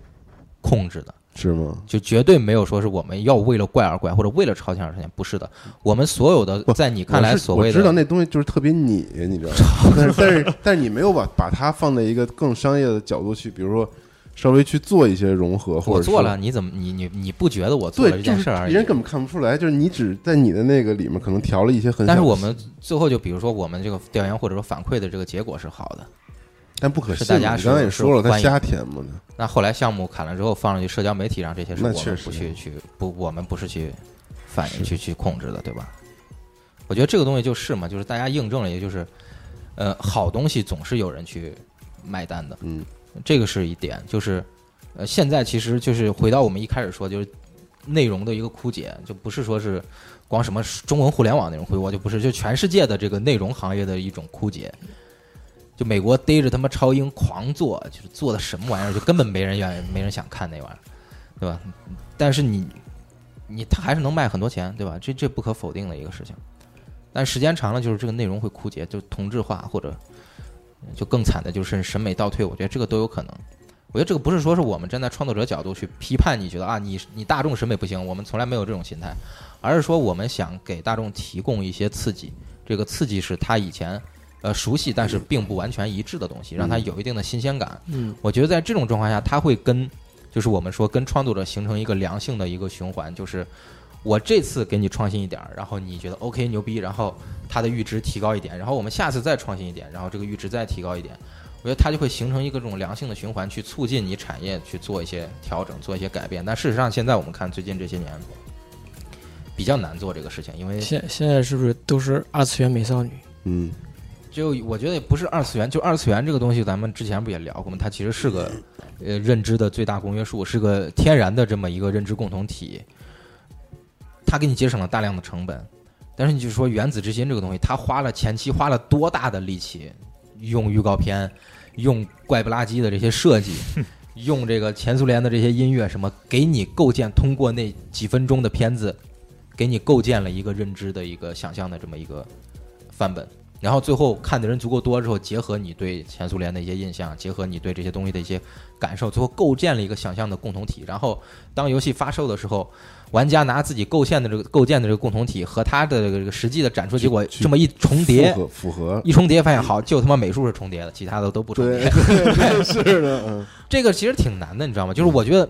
控制的，是吗？就绝对没有说是我们要为了怪而怪，或者为了超前而超前，不是的。我们所有的不在你看我来是所谓我知道的，那东西就是特别你，你知道吗？但是但是但是你没有把把它放在一个更商业的角度去，比如说稍微去做一些融合，或我者做是了，。你怎么你你你不觉得我做了对，就这件是事儿而已别？人根本看不出来，就是你只在你的那个里面可能调了一些很小的，但是我们最后就比如说我们这个调研或者说反馈的这个结果是好的，但不可是信。大家你是刚才也说了，是他欢迎瞎填嘛那后来项目砍了之后放上去社交媒体上，这些是那我们确实不去去不，我们不是去反去去控制的，对吧？我觉得这个东西就是嘛，就是大家印证了，也就是，呃，好东西总是有人去买单的，嗯，这个是一点，就是，呃，现在其实就是回到我们一开始说，就是内容的一个枯竭，就不是说是光什么中文互联网那种枯竭，我就不是，就全世界的这个内容行业的一种枯竭。就美国逮着他妈超英狂做，就是做的什么玩意儿，就根本没人愿意，没人想看那玩意儿，对吧？但是你，你他还是能卖很多钱，对吧？这这不可否定的一个事情。但时间长了，就是这个内容会枯竭，就同质化或者就更惨的就是审美倒退，我觉得这个都有可能。我觉得这个不是说是我们站在创作者角度去批判你觉得啊，你你大众审美不行，我们从来没有这种心态，而是说我们想给大众提供一些刺激，这个刺激是他以前呃熟悉但是并不完全一致的东西，让他有一定的新鲜感。嗯，我觉得在这种状况下，他会跟就是我们说跟创作者形成一个良性的一个循环，就是我这次给你创新一点儿，然后你觉得 OK 牛逼，然后它的阈值提高一点，然后我们下次再创新一点，然后这个阈值再提高一点，我觉得它就会形成一个这种良性的循环，去促进你产业去做一些调整，做一些改变。但事实上，现在我们看最近这些年比较难做这个事情，因为现现在是不是都是二次元美少女？嗯，就我觉得也不是二次元，就二次元这个东西，咱们之前不也聊过吗？它其实是个呃认知的最大公约数，是个天然的这么一个认知共同体。它给你节省了大量的成本，但是你就说《原子之心》这个东西，它花了前期花了多大的力气，用预告片，用怪不拉几的这些设计， 用这个前苏联的这些音乐什么，给你构建通过那几分钟的片子，给你构建了一个认知的一个想象的这么一个范本。然后最后看的人足够多之后，结合你对前苏联的一些印象，结合你对这些东西的一些感受，最后构建了一个想象的共同体。然后当游戏发售的时候，玩家拿自己构建的这个构建的这个共同体和他的这个实际的展出结果去这么一重叠符，合符合， 一重叠发现好，就他妈美术是重叠的，其他的都不重对 叠。对是的， 嗯，这个其实挺难的，你知道吗？就是我觉得，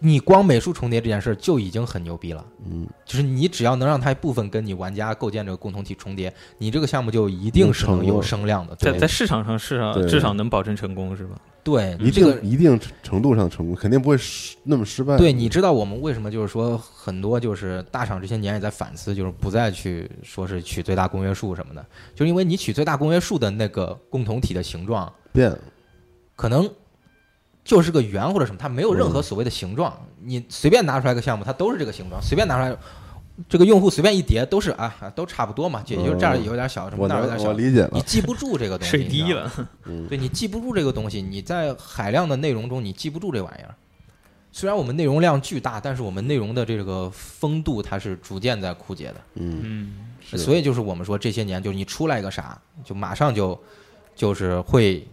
你光美术重叠这件事儿就已经很牛逼了。嗯，就是你只要能让它一部分跟你玩家构建这个共同体重叠，你这个项目就一定是能有声量的。在在对市场上是啊，对至少能保证成功是吧？对，一你这个定一定程度上成功，肯定不会失那么失败。对，你知道我们为什么就是说很多就是大厂这些年也在反思，就是不再去说是取最大公约数什么的，就是因为你取最大公约数的那个共同体的形状，变了可能就是个圆或者什么，它没有任何嗯所谓的形状。你随便拿出来个项目，它都是这个形状，随便拿出来，这个用户随便一叠都是啊，啊都差不多嘛，也就这儿有点小，什哦么我那儿有点能我小。理解你了，记不住这个东西，水你滴知道吗。 了，嗯，对你记不住这个东西，你在海量的内容中你记不住这玩意儿。虽然我们内容量巨大，但是我们内容的这个风度它是逐渐在枯竭的。嗯，嗯，所以以就是我们说这些年，就是你出来个啥，就马上就就是会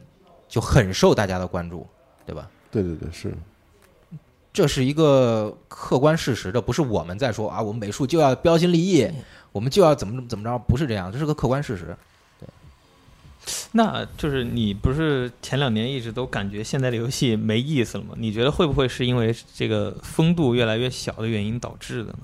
就很受大家的关注，对吧？对对对是，这是一个客观事实，这不是我们在说啊，我们美术就要标新立异，我们就要怎么怎么怎么着，不是这样，这是个客观事实。那就是你不是前两年一直都感觉现在的游戏没意思了吗？你觉得会不会是因为这个风度越来越小的原因导致的呢？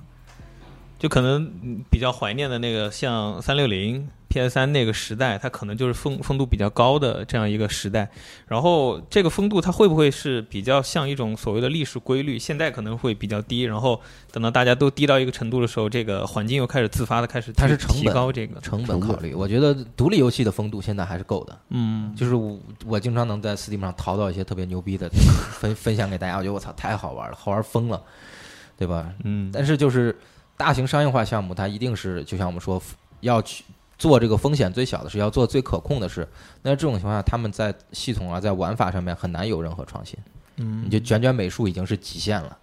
就可能嗯比较怀念的那个像三六零、PS 三那个时代，它可能就是风风度比较高的这样一个时代。然后这个风度它会不会是比较像一种所谓的历史规律？现在可能会比较低，然后等到大家都低到一个程度的时候，这个环境又开始自发的开始它是提成提本高这个，成本成本考虑，我觉得独立游戏的风度现在还是够的。嗯，就是我我经常能在 Steam 上淘到一些特别牛逼的分分享给大家，我觉得我操太好玩了，好玩疯了，对吧？嗯，但是就是大型商业化项目，它一定是就像我们说要去做这个风险最小的事，要做最可控的事。那这种情况下，他们在系统啊，在玩法上面很难有任何创新。嗯你就卷卷美术已经是极限了。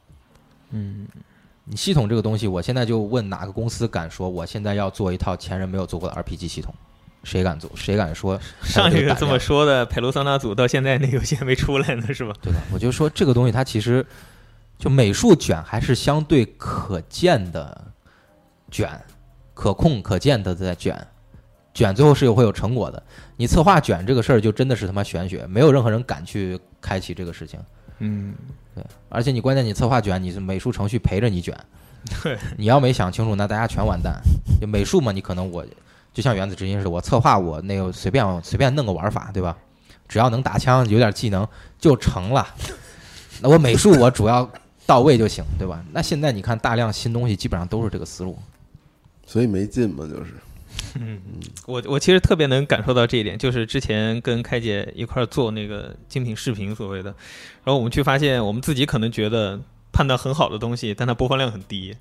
嗯。你系统这个东西，我现在就问哪个公司敢说我现在要做一套前人没有做过的 RPG 系统？谁敢做？谁敢说？ 上一个个这么说的佩鲁桑那组到现在那游戏还没出来呢，是吧？对吧？我就说这个东西它其实就美术卷还是相对可见的卷，可控可见的在卷，卷最后是有会有成果的。你策划卷这个事儿就真的是他妈玄学，没有任何人敢去开启这个事情。嗯，对，而且你关键你策划卷，你是美术程序陪着你卷，对，你要没想清楚，那大家全完蛋。就美术嘛，你可能我就像原子之心似的，我策划我那个随便随便弄个玩法，对吧？只要能打枪，有点技能就成了。那我美术我主要到位就行，对吧？那现在你看大量新东西基本上都是这个思路，所以没劲嘛，就是我我其实特别能感受到这一点，就是之前跟开姐一块儿做那个精品视频所谓的，然后我们去发现我们自己可能觉得判断很好的东西，但它播放量很低，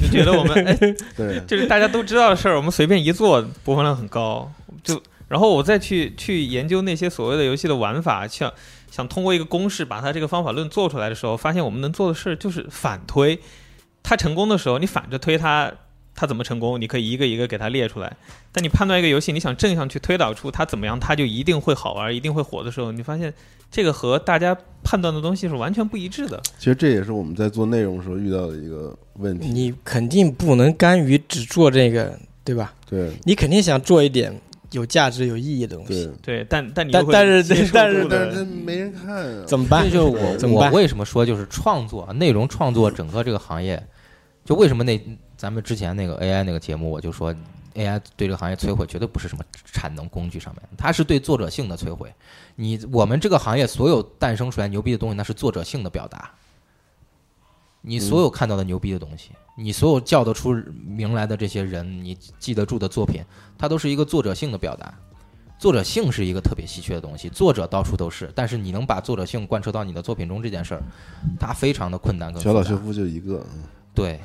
就觉得我们哎，对，就是大家都知道的事儿，我们随便一做播放量很高，就然后我再去去研究那些所谓的游戏的玩法，想想通过一个公式把它这个方法论做出来的时候，发现我们能做的事儿就是反推。它成功的时候，你反着推它，它怎么成功，你可以一个一个给它列出来。但你判断一个游戏，你想正向去推导出它怎么样，它就一定会好玩，一定会火的时候，你发现这个和大家判断的东西是完全不一致的。其实这也是我们在做内容的时候遇到的一个问题，你肯定不能甘于只做这个，对吧？对你肯定想做一点有价值、有意义的东西对，，对，但但你但又会但是接受但是度的嗯但是他没人看啊，怎么办这？就是我怎么我办为什么说就是创作内容创作整个这个行业，就为什么那咱们之前那个 AI 那个节目，我就说 AI 对这个行业摧毁绝对不是什么产能工具上面，它是对作者性的摧毁。你我们这个行业所有诞生出来牛逼的东西，那是作者性的表达。你所有看到的牛逼的东西，你所有叫得出名来的这些人，你记得住的作品，它都是一个作者性的表达。作者性是一个特别稀缺的东西，作者到处都是，但是你能把作者性贯彻到你的作品中这件事儿，它非常的困难跟复小杂。岛秀夫就一个，嗯对，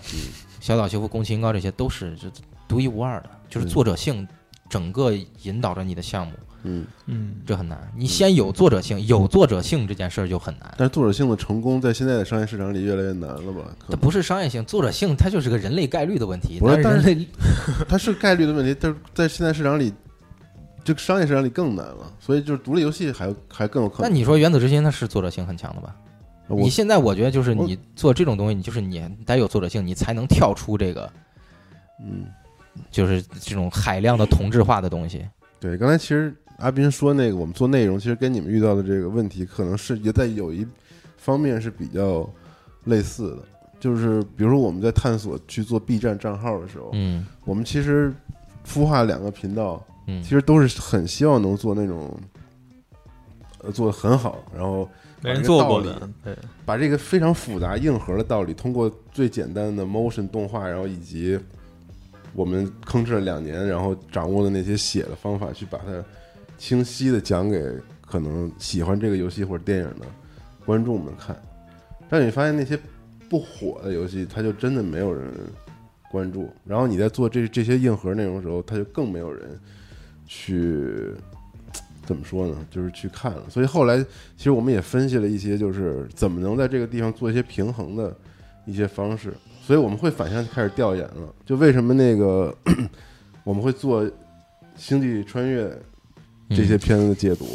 小岛秀夫、宫崎嗯英高这些都是这独一无二的，就是作者性整个引导着你的项目。嗯，嗯，这很难。你先有作者性，有作者性这件事儿就很难。但是作者性的成功在现在的商业市场里越来越难了吧？可它能不是商业性，作者性它就是个人类概率的问题。不是但人类它是概率的问题，但是在现在市场里，这个商业市场里更难了，所以就是独立游戏还还更有可那能。你说《原子之心》它是作者性很强的吧？我你现在我觉得就是我你做这种东西，你就是你得有作者性，你才能跳出这个嗯，就是这种海量的同质化的东西。对，刚才其实阿斌说那个，我们做内容，其实跟你们遇到的这个问题，可能是也在有一方面是比较类似的。就是比如说我们在探索去做 B 站账号的时候，嗯我们其实孵化两个频道，嗯其，实都是很希望能做那种，呃，做的很好，然后没人做过把这个道的，对，把这个非常复杂硬核的道理，通过最简单的 motion 动画，然后以及我们吭哧了两年，然后掌握的那些写的方法，去把它清晰的讲给可能喜欢这个游戏或者电影的观众们看。但你发现那些不火的游戏，它就真的没有人关注。然后你在做这这些硬核内容的时候，它就更没有人去怎么说呢？就是去看了。所以后来其实我们也分析了一些，就是怎么能在这个地方做一些平衡的一些方式。所以我们会反向开始调研了，就为什么那个 我们会做《星际穿越》嗯这些片子的 解读，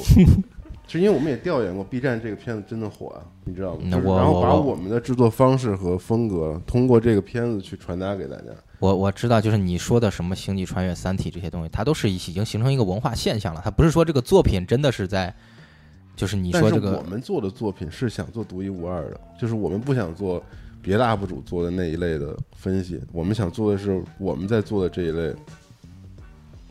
是因为我们也调研过 B 站这个片子真的火啊，你知道吗？那就是我然后把我我们的制作方式和风格通过这个片子去传达给大家。我我知道，就是你说的什么《星际穿越》《三体》这些东西，它都是已经形成一个文化现象了。它不是说这个作品真的是在，就是你但说是这我个们做的作品是想做独一无二的，就是我们不想做别的 UP 主做的那一类的分析，我们想做的是我们在做的这一类，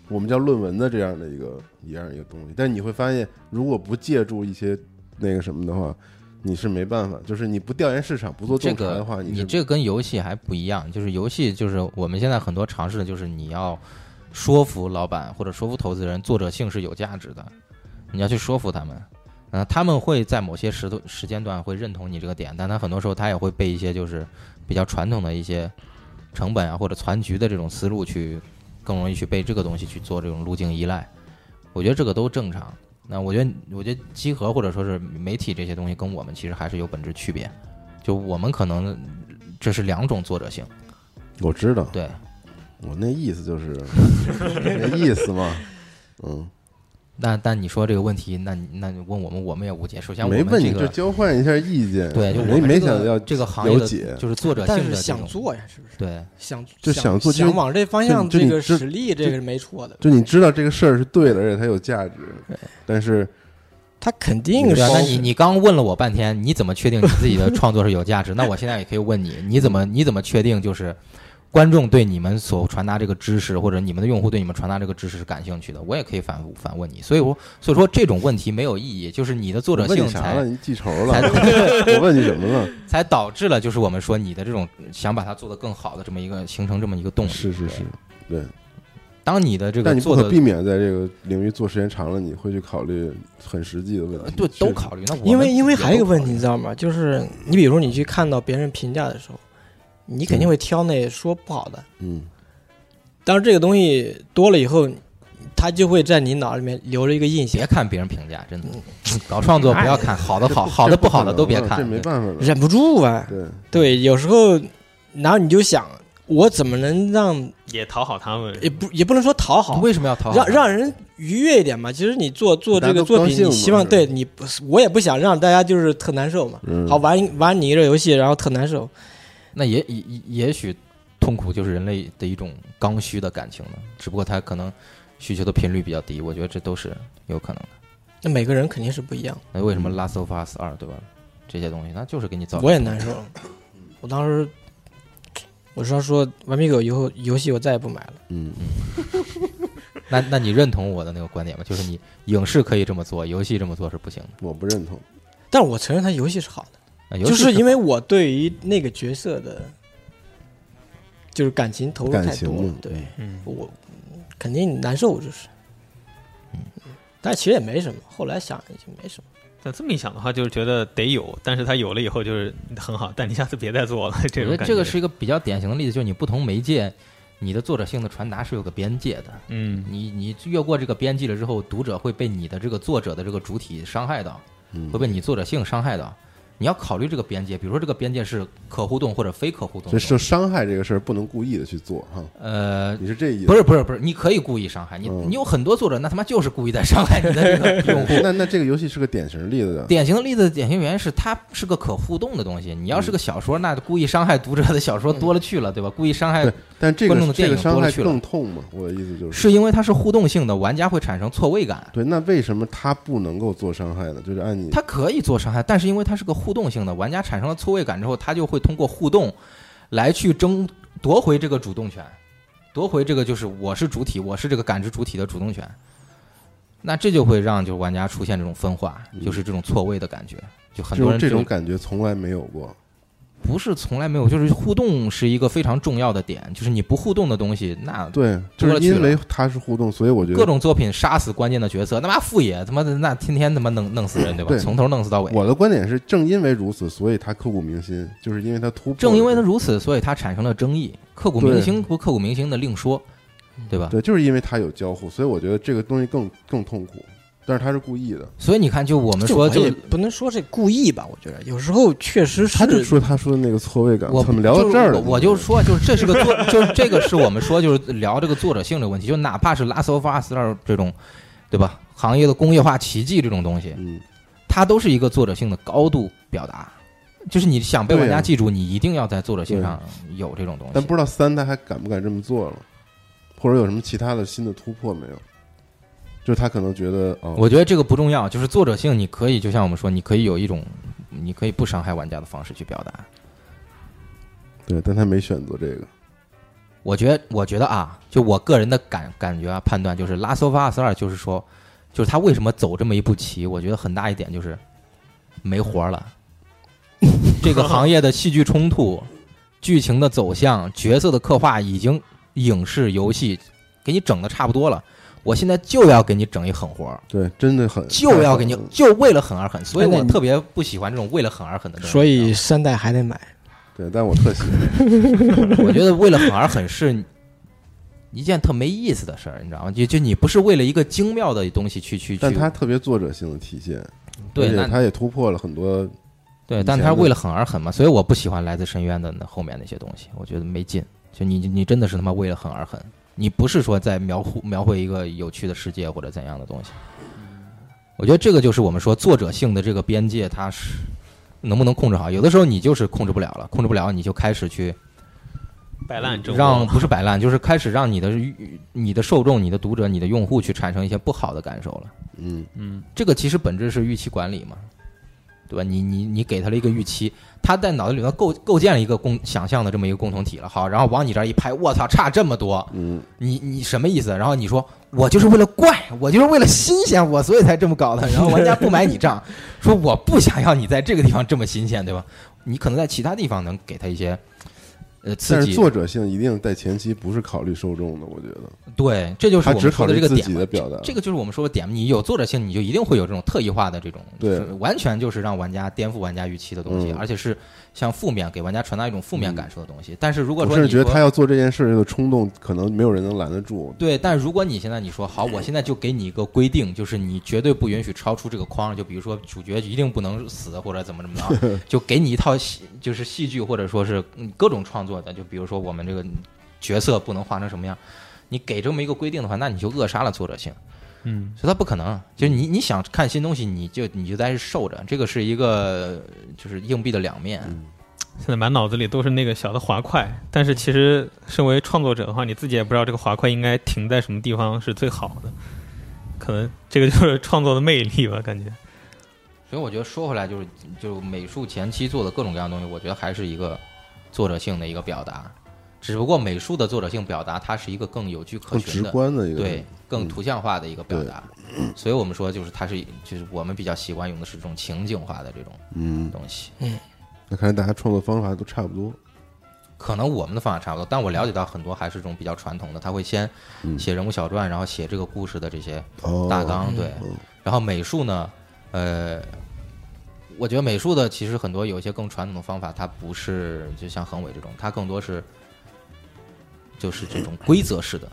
我们叫论文的这样的一个一样一个东西。但你会发现，如果不借助一些那个什么的话，你是没办法，就是你不调研市场、不做这洞察的个话，你是这个跟游戏还不一样，就是游戏就是我们现在很多尝试的就是你要说服老板或者说服投资人，作者性是有价值的，你要去说服他们，啊，他们会在某些时段时间段会认同你这个点，但他很多时候他也会被一些就是比较传统的一些成本啊或者攒局的这种思路去更容易去被这个东西去做这种路径依赖，我觉得这个都正常。那我觉得，我觉得集合或者说是媒体这些东西跟我们其实还是有本质区别。就我们可能这是两种作者性，我知道，对，我那意思就是 那意思嘛，嗯，那但你说这个问题，那你那你问我们，我们也无解。首先我没们问这你就个交换一下意见，对，就我没们没这个想要这个行业了解的，就是作者性但的是这想种做呀，是不是？对，想就想想做就是想往这方向就就这你个知实力，这个是没错的。就你知道这个事儿是对的，而且它有价值对，但是他肯定对是对啊，那你你刚问了我半天，你怎么确定你自己的创作是有价值？ 那我现在也可以问你，你怎么你怎么确定就是观众对你们所传达这个知识，或者你们的用户对你们传达这个知识是感兴趣的？我也可以反复反问你。所以我所以说这种问题没有意义，就是你的作者我问性你啥了？才你记仇才 了？我问你什么了？才导致了就是我们说你的这种想把它做得更好的这么一个形成这么一个动力。是是对是，对。当你的这但个你不做可的避免在这个领域做时间长了，你会去考虑很实际的问题。呃对确实都考虑，那我们因为因为也都还有一个问考题，虑你知道吗？就是你比如说你去看到别人评价的时候，你肯定会挑那说不好的。嗯，但是这个东西多了以后，它就会在你脑里面留了一个印象别，看别人评价，真的搞创作不要看好的好，好的这不好的可能都别了哎看。这没对办法的。忍不住啊。对，对，有时候，然后你就想，我怎么能让也讨好他们，也不也不能说讨好，为什么要讨好？让让人愉悦一点嘛。其实你做做大这家个都作高兴品，你嘛希望是对你不，我也不想让大家就是特难受嘛。嗯，好，玩玩你一个游戏，然后特难受，那也也也也许痛苦就是人类的一种刚需的感情呢，只不过它可能需求的频率比较低，我觉得这都是有可能的。那每个人肯定是不一样。那为什么《Last of Us 二》对吧？这些东西，那就是给你造成嗯我也难受了，我当时我说说顽皮狗以后游戏我再也不买了。嗯， 那那你认同我的那个观点吗？就是你影视可以这么做，游戏这么做是不行的。我不认同。但是我承认它游戏是好的，那游就戏是因为我对于那个角色的，就是感情投入感太情多了嘛，对嗯，我肯定难受，就是，但其实也没什么，后来想也就没什么。但这么一想的话，就是觉得得有，但是他有了以后就是很好，但你下次别再做了，这 我种感觉得觉这个是一个比较典型的例子，就是你不同媒介，你的作者性的传达是有个边界的，嗯你你越过这个边界了之后，读者会被你的这个作者的这个主体伤害到，嗯会被你作者性伤害到。你要考虑这个边界，比如说这个边界是可互动或者非可互动所以的。受伤害这个事儿不能故意的去做哈，呃，你是这意思？不是不是不是，你可以故意伤害你，嗯你有很多作者，那他妈就是故意在伤害你的这个 用户。那那这个游戏是个典型例子，典型的例子，典型原因是它是个可互动的东西。你要是嗯个小说，那故意伤害读者的小说多了去了，对吧？故意伤害对但这观众个的电这影个伤多害了去了更痛嘛？我的意思就是，是因为它是互动性的，玩家会产生错位感。对，那为什么他不能够做伤害呢？就是按你它可以做伤害，但是因为它是个互动性的，玩家产生了错位感之后，他就会通过互动来去争夺回这个主动权，夺回这个就是我是主体，我是这个感知主体的主动权。那这就会让就玩家出现这种分化，就是这种错位的感觉，就很这种多人这种就感觉从来没有过，不是从来没有，就是互动是一个非常重要的点，就是你不互动的东西，那对，就多了是去了因为它是互动，所以我觉各得种作品杀死关键的角色，他妈副野他妈的那天天他妈弄弄死人对吧？对从头弄死到尾。我的观点是，正因为如此，所以它刻骨铭心，就是因为它突破了这个，正因为它如此，所以它产生了争议，刻骨铭对心不刻骨铭心的另说，对吧？对，就是因为它有交互，所以我觉得这个东西更更痛苦，但是它是故意的。所以你看，就我们这说我就也。不能说是故意吧，我觉得有时候确实是他就说他说的那个错位感，我我们聊到就是这儿了，我我就说，就是这是个作， 就是这个是我们说，就是聊这个作者性的问题。就哪怕是《Last of Us 二》这种，对吧？行业的工业化奇迹这种东西，嗯，它都是一个作者性的高度表达。就是你想被对啊玩家记住，你一定要在作者性上有这种东西。但不知道三他还敢不敢这么做了，或者有什么其他的新的突破没有？就是他可能觉得哦，我觉得这个不重要，就是作者性，你可以就像我们说，你可以有一种，你可以不伤害玩家的方式去表达。对，但他没选择这个，我觉得，我觉得啊，就我个人的感感觉啊，判断就是《拉索法 s 二》，就是说，就是他为什么走这么一步棋，我觉得很大一点就是没活儿了。这个行业的戏剧冲突、剧情的走向、角色的刻画，已经影视游戏给你整的差不多了。我现在就要给你整一狠活儿，对，真的很就要给你，就为了狠而狠，所以哎那我你特别不喜欢这种为了狠而狠的东西。所你以知三代还得买。对，但我特喜欢，道 吗，我觉得为了狠而狠是一件特没意思的事儿，你知道吗？就就你不是为了一个精妙的东西去去去，但他特别作者性的体现，对而且那他也突破了很多，对，以但前他是的为了狠而狠嘛，所以我不喜欢来自深渊的那后面那些东西，我觉得没劲。就你你真的是他妈为了狠而狠，你不是说在描绘描绘一个有趣的世界或者怎样的东西。我觉得这个就是我们说作者性的这个边界，它是能不能控制好？有的时候你就是控制不了了，控制不了你就开始去摆烂整让活不是摆烂，就是开始让你的你的受众、你的读者、你的用户去产生一些不好的感受了。嗯，嗯这个其实本质是预期管理嘛，对吧？你你你给他了一个预期，他在脑子里面构构建了一个共想象的这么一个共同体了，好，然后往你这儿一拍，我操，差这么多，嗯，你你什么意思？然后你说我就是为了怪，我就是为了新鲜，我所以才这么搞的。然后玩家不买你账，说我不想要你在这个地方这么新鲜，对吧？你可能在其他地方能给他一些呃刺但激是，作者性一定在前期不是考虑受众的，我觉得对，这就是他我只们考说的虑这个自点己嘛。的表达，这个就是我们说的点，你有作者性，你就一定会有这种特异化的这种，对就是完全就是让玩家颠覆玩家预期的东西，嗯而且是向负面给玩家传达一种负面感受的东西。但是如果我说甚你至觉说得他要做这件事情的冲动，可能没有人能拦得住。对，但如果你现在你说好，我现在就给你一个规定，就是你绝对不允许超出这个框，就比如说主角一定不能死或者怎么怎 么着，就给你一套戏，就是戏剧或者说是嗯各种创作的，就比如说我们这个角色不能画成什么样，你给这么一个规定的话，那你就扼杀了作者性。嗯，所以它不可能。啊就是你你想看新东西，你就你就在这受着，这个是一个就是硬币的两面。嗯现在满脑子里都是那个小的滑块，但是其实身为创作者的话，你自己也不知道这个滑块应该停在什么地方是最好的，可能这个就是创作的魅力吧，感觉。所以我觉得说回来就是就美术前期做的各种各样的东西，我觉得还是一个作者性的一个表达，只不过美术的作者性表达它是一个更有据可更循直的。观的一个嗯对，更图像化的一个表达，所以我们说就是它是就是我们比较习惯用的是这种情景化的这种嗯，东西。那看来大家创作方法都差不多。可能我们的方法差不多，但我了解到很多还是这种比较传统的，他会先嗯写人物小传，然后写这个故事的这些哦，大纲对嗯，然后美术呢，呃，我觉得美术的其实很多有一些更传统的方法，它不是就像恒伟这种，它更多是就是这种规则式的，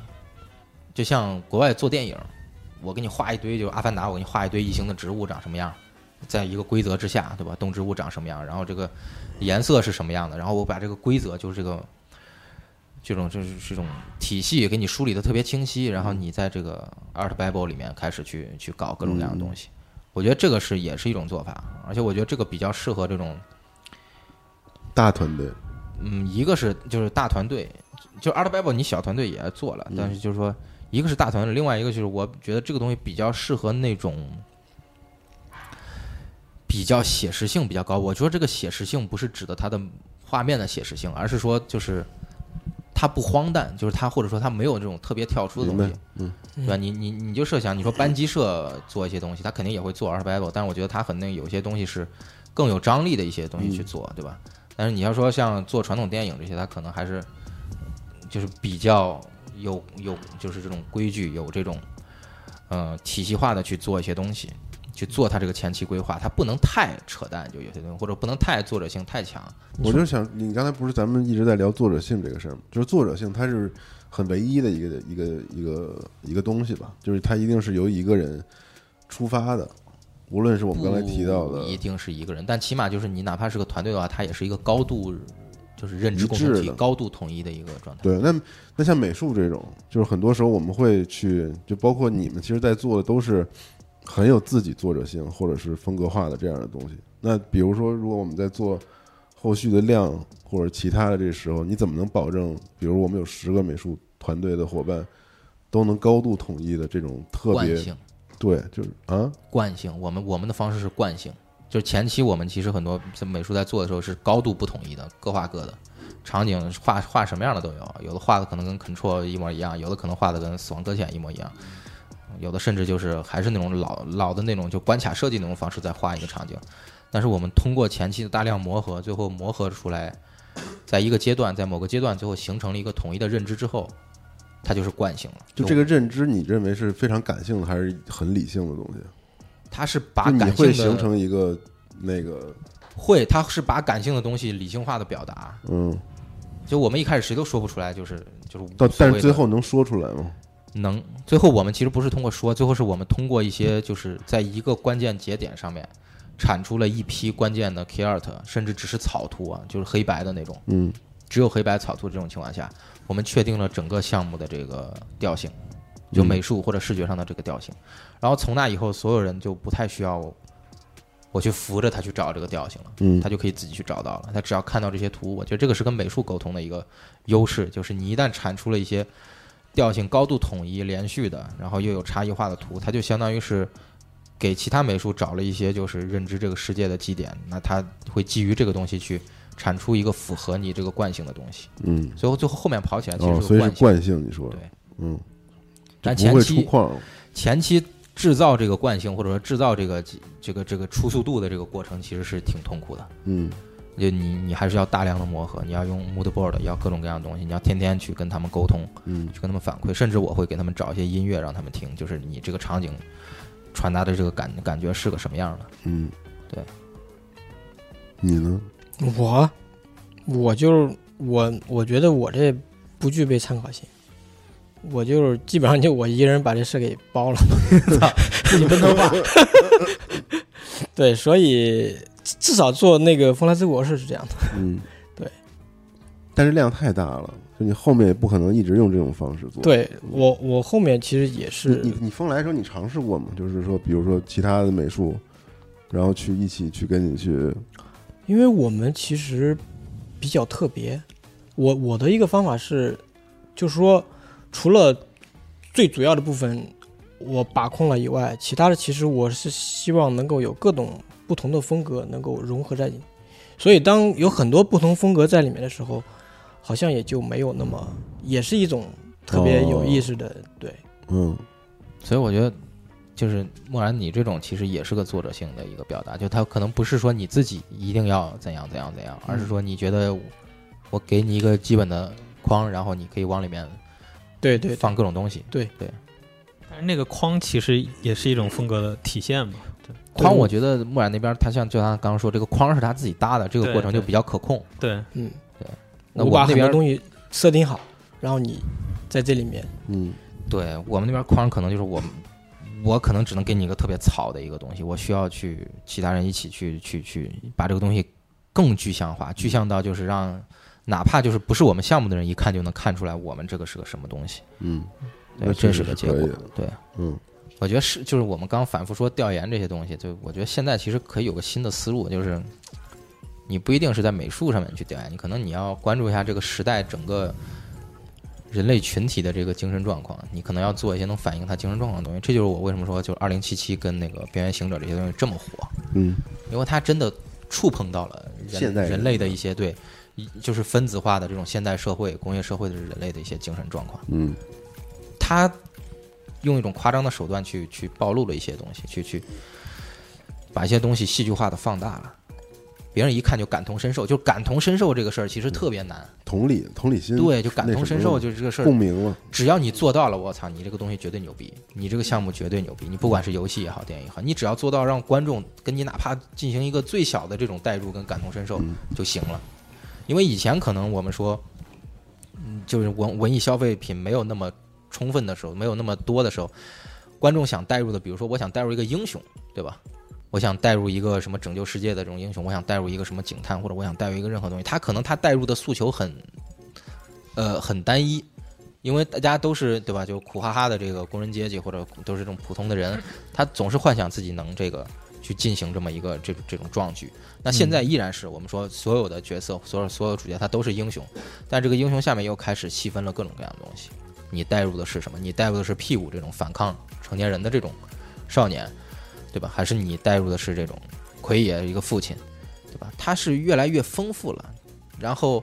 就像国外做电影，我给你画一堆，就是《阿凡达》，我给你画一堆异形的植物长什么样，在一个规则之下，对吧？动植物长什么样，然后这个颜色是什么样的，然后我把这个规则就是这个这种就是这种体系给你梳理的特别清晰，然后你在这个 Art Bible 里面开始去去搞各种各样的东西。我觉得这个是也是一种做法，而且我觉得这个比较适合这种大团队，嗯，一个是就是大团队，就 Art Bible 你小团队也做嗯了，但是就是说，一个是大团队，另外一个就是我觉得这个东西比较适合那种比较写实性比较高。我说这个写实性不是指的它的画面的写实性，而是说就是它不荒诞，就是它或者说它没有这种特别跳出的明东白西，？嗯，对吧？你你你就设想，你说班级社做一些东西，他肯定也会做 Art Bible，但是我觉得他肯定有些东西是更有张力的一些东西去做，对吧？但是你要说像做传统电影这些，它可能还是就是比较有有就是这种规矩，有这种呃体系化的去做一些东西，去做它这个前期规划，它不能太扯淡，就有些东西或者不能太作者性太强。我就想，你刚才不是咱们一直在聊作者性这个事儿吗？就是作者性，它是很唯一的一个一个一个一个东西吧，就是它一定是由一个人出发的，无论是我们刚才提到的不一定是一个人，但起码就是你哪怕是个团队的话，它也是一个高度就是认知共同一致体、的高度统一的一个状态。对，那那像美术这种，就是很多时候我们会去，就包括你们其实，在做的都是很有自己作者性或者是风格化的这样的东西。那比如说，如果我们在做后续的量或者其他的这时候，你怎么能保证，比如我们有十个美术团队的伙伴都能高度统一的这种特惯别性，对，就是啊，惯性，我们我们的方式是惯性，就是前期我们其实很多在美术在做的时候是高度不统一的，各画各的，场景画画什么样的都有，有的画的可能跟 Control 一模一样，有的可能画的跟死亡搁浅一模一样，有的甚至就是还是那种老老的那种就关卡设计那种方式在画一个场景，但是我们通过前期的大量磨合，最后磨合出来，在一个阶段，在某个阶段最后形成了一个统一的认知之后，它就是惯性了，就这个认知，你认为是非常感性的，还是很理性的东西？它是把就你感性会的形成一个那个，会，他是把感性的东西理性化的表达。嗯，就我们一开始谁都说不出来，就是就是到无所但是谓的最后能说出来吗？能，最后我们其实不是通过说，最后是我们通过一些就是在一个关键节点上面产出了一批关键的 key art，甚至只是草图啊，就是黑白的那种，嗯。只有黑白草图这种情况下，我们确定了整个项目的这个调性，就嗯美术或者视觉上的这个调性。然后从那以后，所有人就不太需要我去扶着他去找这个调性了，嗯他就可以自己去找到了。他只要看到这些图，我觉得这个是跟美术沟通的一个优势，就是你一旦产出了一些调性高度统一、连续的，然后又有差异化的图，它就相当于是。给其他美术找了一些就是认知这个世界的基点，那他会基于这个东西去产出一个符合你这个惯性的东西。嗯，所以最后后面跑起来其哦，实所以是个性，惯性，你说的对，嗯，但就不前会出期框，前期制造这个惯性或者说制造这个这个这个出速度的这个过程其实是挺痛苦的。嗯，就你你还是要大量的磨合，你要用 mood board，要各种各样的东西，你要天天去跟他们沟通，嗯去跟他们反馈，甚至我会给他们找一些音乐让他们听，就是你这个场景传达的这个感感觉是个什么样的。嗯，对。你呢？我，我就是我，我觉得我这不具备参考性，我就是基本上就我一个人把这事给 包了，你跟他画， 对，所以至至少做那个《风来之国》是是这样的， 嗯，对。但是量太大了，就你后面也不可能一直用这种方式做。，对我，我后面其实也是你，你风来的时候，你尝试过吗？就是说，比如说其他的美术，然后去一起去跟你去，因为我们其实比较特别，我我的一个方法是，就是说，除了最主要的部分我把控了以外，其他的其实我是希望能够有各种不同的风格能够融合在里面。所以当有很多不同风格在里面的时候，好像也就没有那么，也是一种特别有意思的，哦对，哦嗯所以我觉得，就是莫然你这种其实也是个作者性的一个表达，就他可能不是说你自己一定要怎样怎样怎样，而是说你觉得我我给你一个基本的框，然后你可以往里面对对对放各种东西。但是那个框其实也是一种风格的体现嘛。框我觉得莫然那边他像就像刚刚说，这个框是他自己搭的，这个对过程就对比较可控。对，嗯对，那我我把们那边很多东西设定好，然后你在这里面，嗯对我们那边框可能就是我，我可能只能给你一个特别草的一个东西，我需要去其他人一起去去去把这个东西更具象化，具象到就是让哪怕就是不是我们项目的人一看就能看出来我们这个是个什么东西，嗯，那对，这确是实个是结可果以的，对。嗯我觉得是，就是我们刚反复说调研这些东西，就我觉得现在其实可以有个新的思路，就是你不一定是在美术上面去调研，你可能你要关注一下这个时代整个人类群体的这个精神状况，你可能要做一些能反映他精神状况的东西。这就是我为什么说，就是二零七七跟那个《边缘行者》这些东西这么火，嗯因为它真的触碰到了人现代人人类的一些对，一就是分子化的这种现代社会、工业社会的人类的一些精神状况。嗯他用一种夸张的手段去去暴露了一些东西，去去把一些东西戏剧化的放大了，别人一看就感同身受，就感同身受这个事儿其实特别难，同理同理心，对，就感同身受那什嗯就是这个事么儿，共鸣嘛，只要你做到了，我操，你这个东西绝对牛逼，你这个项目绝对牛逼，你不管是游戏也好，电影也好，你只要做到让观众跟你哪怕进行一个最小的这种代入跟感同身受嗯就行了，因为以前可能我们说。嗯就是文文艺消费品没有那么充分的时候，没有那么多的时候，观众想带入的，比如说我想带入一个英雄，对吧？我想带入一个什么拯救世界的这种英雄，我想带入一个什么警探，或者我想带入一个任何东西，他可能他带入的诉求很，呃，很单一。因为大家都是对吧，就苦哈哈的这个工人阶级，或者都是这种普通的人，他总是幻想自己能这个去进行这么一个这这种壮举。那现在依然是我们说所有的角色，所有所有主角他都是英雄，但这个英雄下面又开始细分了各种各样的东西。你带入的是什么？你带入的是屁股这种反抗成年人的这种少年，对吧？还是你带入的是这种奎爷一个父亲，对吧？它是越来越丰富了，然后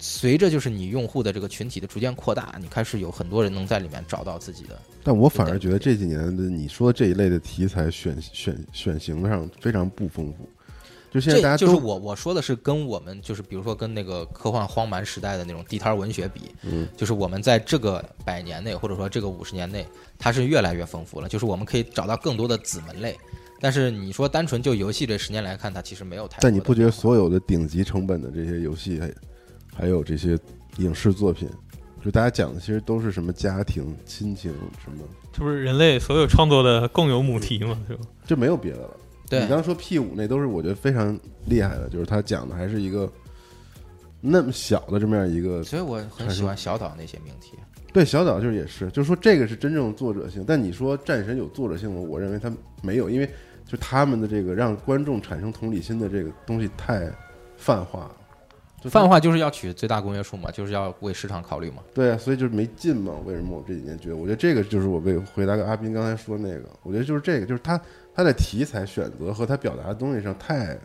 随着就是你用户的这个群体的逐渐扩大，你开始有很多人能在里面找到自己的。但我反而觉得这几年的你说这一类的题材选选选型上非常不丰富，就现在大家这就是都我我说的是跟我们就是比如说跟那个科幻荒蛮时代的那种地摊文学比，嗯，就是我们在这个百年内或者说这个五十年内，它是越来越丰富了，就是我们可以找到更多的子门类。但是你说单纯就游戏这十年来看，它其实没有太多的。但你不觉得所有的顶级成本的这些游戏，还还有这些影视作品，就大家讲的其实都是什么家庭、亲情什么，这不是人类所有创作的共有母题吗？是吧？这没有别的了。对你刚说 P 五那都是我觉得非常厉害的，就是他讲的还是一个那么小的这么样一个所以我很喜欢小岛那些命题。对小岛就是也是，就是说这个是真正作者性，但你说战神有作者性吗？我认为他没有，因为就他们的这个让观众产生同理心的这个东西太泛化了，就泛化就是要取最大公约数嘛，就是要为市场考虑嘛。对啊，所以就是没劲嘛。为什么我这几年觉得？我觉得这个就是我为回答阿斌刚才说那个，我觉得就是这个，就是他他在题材选择和他表达的东西上太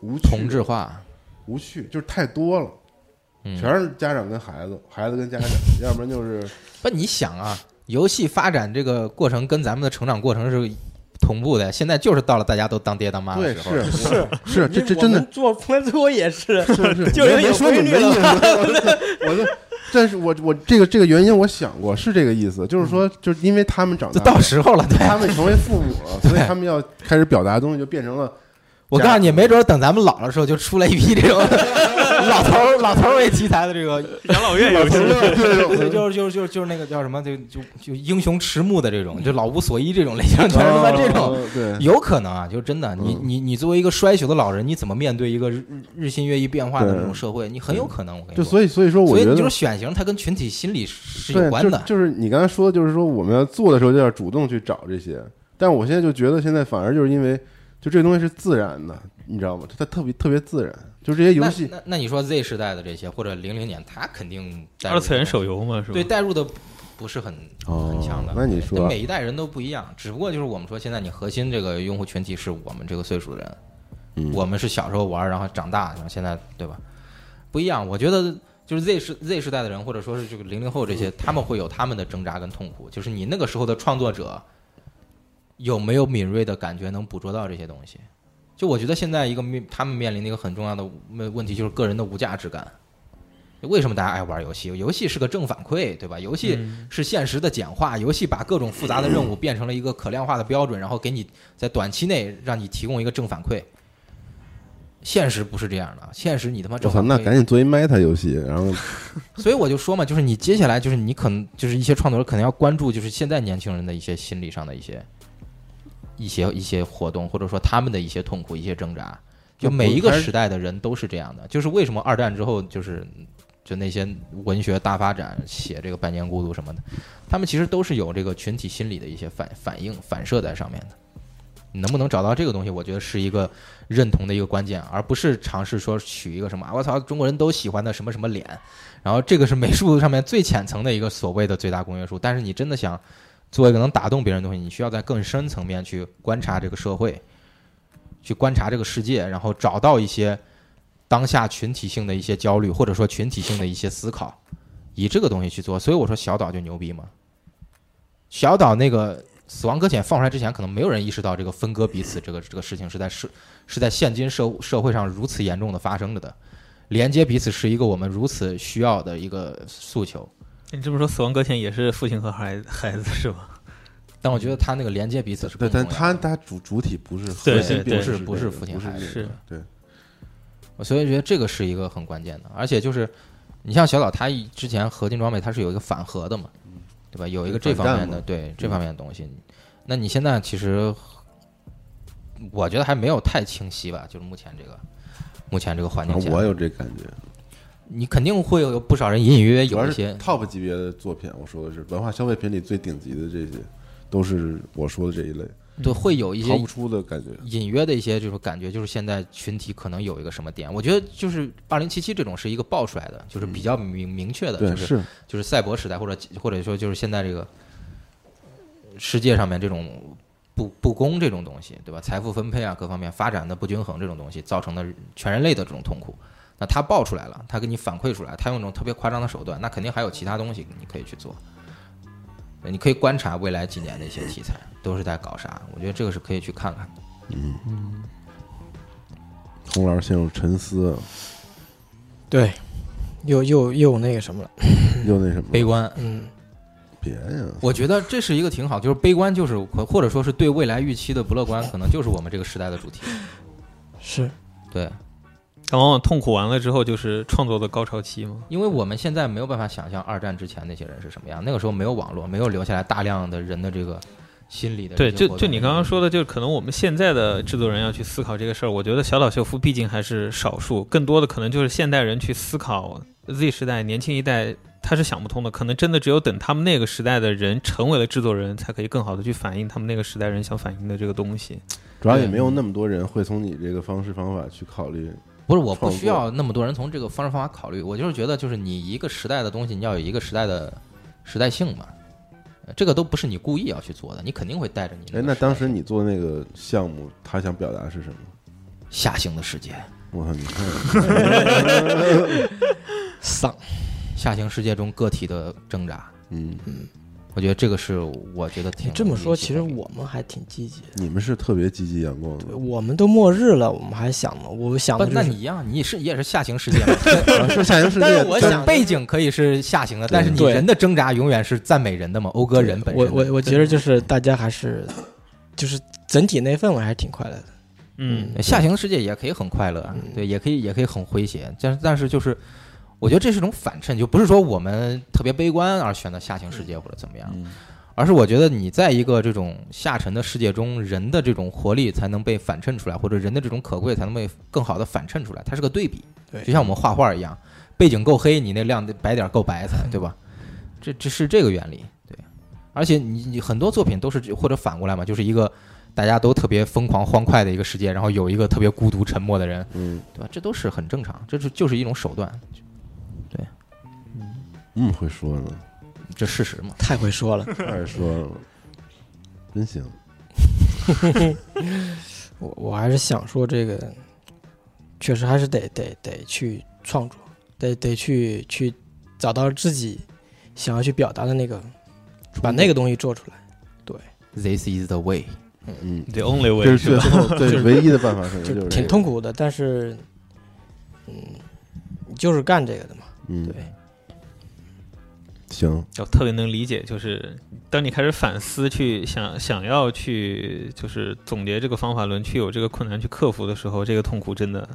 无趣了，同质化，无趣，就是太多了，嗯，全是家长跟孩子，孩子跟家长，要不然就是不，你想啊，游戏发展这个过程跟咱们的成长过程是同步的，现在就是到了 大家都当爹当妈的对时候。是啊是是 这这我真的们做朋友也 是，是 是，就是别有别说规你律们了意思，我我这，但是我我这个这个原因我想过，是这个意思，就是说，就是因为他们长 就大到了，时候嗯了，对。他们成为父母 了，所以对他们要开始表达的东西就变成了我告诉你，没准儿等咱们老了的时候，就出来一批 这种老头儿老头儿为题材的这 个， 养老院游戏同乐，就是对对。就是就是就是那个叫什么，就就就英雄迟暮的这种，就老无所依这种类型，全是他妈这种。哦，啊对，有可能啊，就真的，你嗯你你作为一个衰朽的老人，你怎么面对一个日日新月异变化的这种对社会？你很有可能，我跟你就说，所以所以说，我所以觉得就是选型，它跟群体心理是有对，关就的。就是你刚才说的，就是说我们要做的时候就要主动去找这些，但我现在就觉得现在反而就是因为就这个东西是自然的，你知道吗？它特别特别自然，就这些游戏那那那你说 Z 时代的这些或者零零年，他肯定带入二次元手游游嘛，是吧？对，带入的不是很很强的。哦那你说啊每一代人都不一样，只不过就是我们说现在你核心这个用户群体是我们这个岁数的人，嗯我们是小时候玩，然后长大，然后现在对吧？不一样，我觉得就是 Z 时 Z 时代的人，或者说是这个零零后这些，他们会有他们的挣扎跟痛苦。就是你那个时候的创作者，有没有敏锐的感觉能捕捉到这些东西？就我觉得现在一个面他们面临的一个很重要的问问题就是个人的无价值感。为什么大家爱玩游戏？游戏是个正反馈，对吧？游戏嗯是现实的简化，游戏把各种复杂的任务变成了一个可量化的标准，然后给你在短期内让你提供一个正反馈。现实不是这样的，现实你他妈我啊正操，反那馈赶紧做一 Meta 游戏，然后所以我就说嘛，就是你接下来就是你可能就是一些创作者可能要关注，就是现在年轻人的一些心理上的一些一些一些活动，或者说他们的一些痛苦、一些挣扎。就每一个时代的人都是这样的，就是为什么二战之后就是就那些文学大发展，写这个《百年孤独》什么的，他们其实都是有这个群体心理的一些反反应反射在上面的。你能不能找到这个东西，我觉得是一个认同的一个关键，而不是尝试说取一个什么啊，我操，中国人都喜欢的什么什么脸，然后这个是美术上面最浅层的一个所谓的最大公约数，但是你真的想做一个能打动别人的东西，你需要在更深层面去观察这个社会，去观察这个世界，然后找到一些当下群体性的一些焦虑，或者说群体性的一些思考，以这个东西去做。所以我说小岛就牛逼嘛，小岛那个。死亡搁浅放出来之前，可能没有人意识到这个分割彼此这个这个事情是在是是在现今社社会上如此严重的发生着的。连接彼此是一个我们如此需要的一个诉求。你这么说，《死亡搁浅》也是父亲和孩孩子是吧？但我觉得他那个连接彼此是对，更但重他要的他主主体不是对核心，对不对不不是这是个父亲不是孩这子个是对，所以觉得这个是一个很关键的，而且就是你像小岛，他一之前合金装备它是有一个反核的嘛，嗯对吧？有一个这方面反战的嘛嗯对这方面的东西。那你现在其实我觉得还没有太清晰吧，就是目前这个目前这个环然后境下，啊我有这感觉，你肯定会有不少人隐隐约约主有要一是些 top 级别的作品，我说的是文化消费品里最顶级的这些，都是我说的这一类，对会有一些逃不出的感觉。隐约的一些这种感觉，就是现在群体可能有一个什么点，我觉得就是二零七七这种是一个爆出来的，就是比较明明确的，对，就是是就是赛博时代，或者或者说就是现在这个世界上面这种不不公这种东西，对吧？财富分配啊，各方面发展的不均衡这种东西造成的全人类的这种痛苦，那他爆出来了，他给你反馈出来，他用一种特别夸张的手段，那肯定还有其他东西你可以去做。你可以观察未来几年的一些题材都是在搞啥，我觉得这个是可以去看看的。洪老师陷入沉思，啊对，又又又那个什么了，又那什么，悲观，嗯，别呀，我觉得这是一个挺好，就是悲观，就是或或者说是对未来预期的不乐观，可能就是我们这个时代的主题。是对，但往往痛苦完了之后，就是创作的高潮期嘛。因为我们现在没有办法想象二战之前那些人是什么样，那个时候没有网络，没有留下来大量的人的这个心理的对，这些就活动就你刚刚，说的，就是可能我们现在的制作人要去思考这个事儿。我觉得小岛秀夫毕竟还是少数，更多的可能就是现代人去思考 Z 时代年轻一代他是想不通的，可能真的只有等他们那个时代的人成为了制作人，才可以更好的去反映他们那个时代人想反映的这个东西。主要也没有那么多人会从你这个方式方法去考虑，不是我不创作需要那么多人从这个方式方法考虑，我就是觉得就是你一个时代的东西，你要有一个时代的时代性嘛。呃这个都不是你故意要去做的，你肯定会带着你个哎，时代。那当时你做那个项目，他想表达是什么？下行的世界，我操，你看，丧，下行世界中个体的挣扎，嗯，我觉得这个是我觉得你挺这么说，引起其实共鸣我们还挺积极的，你们是特别积极阳光 的，我们都末日了，我们还想呢，我想不，的就那是你一样，你是也是下行世界嘛？啊是下行世界， 但是我就想背景可以是下行的，但是你对人的挣扎永远是赞美人的嘛？讴歌人本身我的。我我觉得就是大家还是，就是整体那氛围还是挺快乐的。嗯，下行世界也可以很快乐啊，嗯对，也可以也可以很诙谐，但但是就是，我觉得这是一种反衬，就不是说我们特别悲观而选择下行世界或者怎么样，嗯而是我觉得你在一个这种下沉的世界中，人的这种活力才能被反衬出来，或者人的这种可贵才能被更好的反衬出来，它是个对比，对就像我们画画一样，背景够黑，你那亮的白点儿够白才对吧？这这是这个原理，对。而且你你很多作品都是或者反过来嘛，就是一个大家都特别疯狂欢快的一个世界，然后有一个特别孤独沉默的人，嗯对吧？这都是很正常，这是就是一种手段，嗯，会说呢，这事实嘛。太会说 了，太说了，真行，我我还是想说这个，确实还是得得得去创作，得得去去找到自己想要去表达的那个，把那个东西做出来。 This is the way。嗯，对，Only 这 Way 是最是吧？后对唯一的办法，可能就就是挺这个，痛苦的，但是，嗯，你就是干这个的嘛。嗯，对行，我特别能理解，就是当你开始反思去想想要去就是总结这个方法论，去有这个困难去克服的时候，这个痛苦真的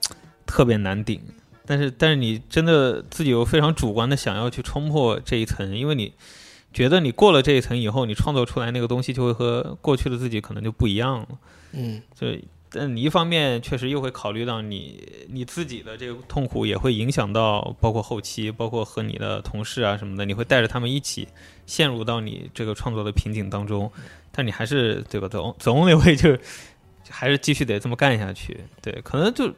嘖特别难顶。但是但是你真的自己又非常主观的想要去冲破这一层，因为你觉得你过了这一层以后，你创作出来那个东西就会和过去的自己可能就不一样了。嗯，就但你一方面确实又会考虑到你你自己的这个痛苦，也会影响到包括后期，包括和你的同事啊什么的，你会带着他们一起陷入到你这个创作的瓶颈当中。但你还是对吧？总总得会就是就还是继续得这么干下去。对，可能就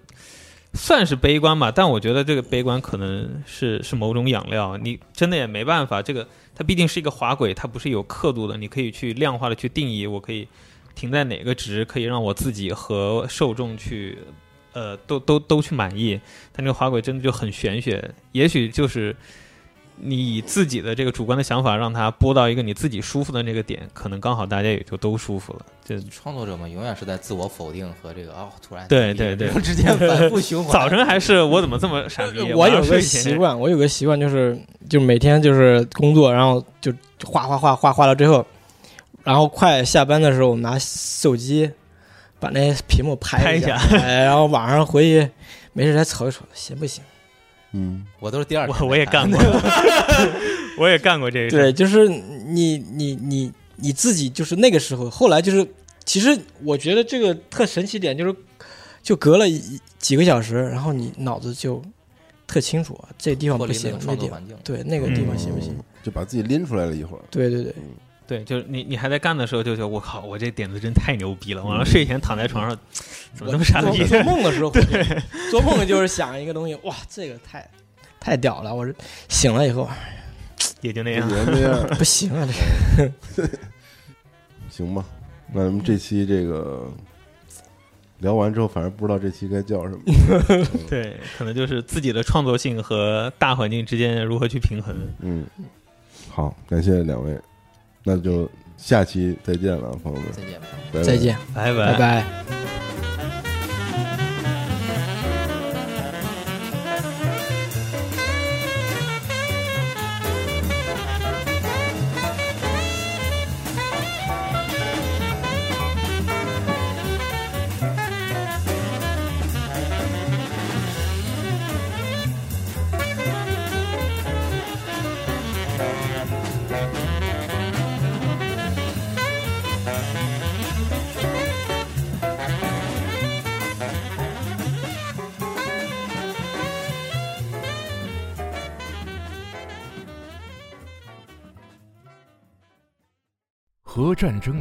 算是悲观吧，但我觉得这个悲观可能是是某种养料，你真的也没办法。这个它毕竟是一个滑轨，它不是有刻度的，你可以去量化的去定义，我可以停在哪个值，可以让我自己和受众去。呃，都都都去满意，但这个滑轨真的就很玄学，也许就是你自己的这个主观的想法，让它播到一个你自己舒服的那个点，可能刚好大家也就都舒服了。这创作者嘛，永远是在自我否定和这个哦，突然对对对这种之间反复循环。 早晨还是我怎么这么傻 逼？我晚上有睡个前习惯，我有个习惯就是，就每天就是工作，然后就画画画画画到最后，然后快下班的时候，我拿手机把那屏幕拍下，哎然后晚上回去没事再瞅一瞅，行不行？ 嗯，我都是第二天我我也才干过，我也干过这个事。对，就是你你你你自己就是那个时候，后来就是，其实我觉得这个特神奇点就是，就隔了一几个小时，然后你脑子就特清楚，这地方脱不离那行个，那创地作方环境。对那个地方行不行？嗯？就把自己拎出来了一会儿，对对对，对，就是你你还在干的时候，就觉得我靠，我这点子真太牛逼了。晚上睡前躺在床上，怎么这么傻逼我？做梦的时候会这样，做梦就是想一个东西，哇，这个太太屌了！我这醒了以后 也就那也样。那样，不行啊，这个行吧？那咱们这期这个聊完之后，反正不知道这期该叫 什么。对，可能就是自己的创作性和大环境之间如何去平衡。嗯，好，感谢两位，那就下期再见了，朋友们，再见。拜拜再见，拜拜拜拜。核战争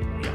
模样。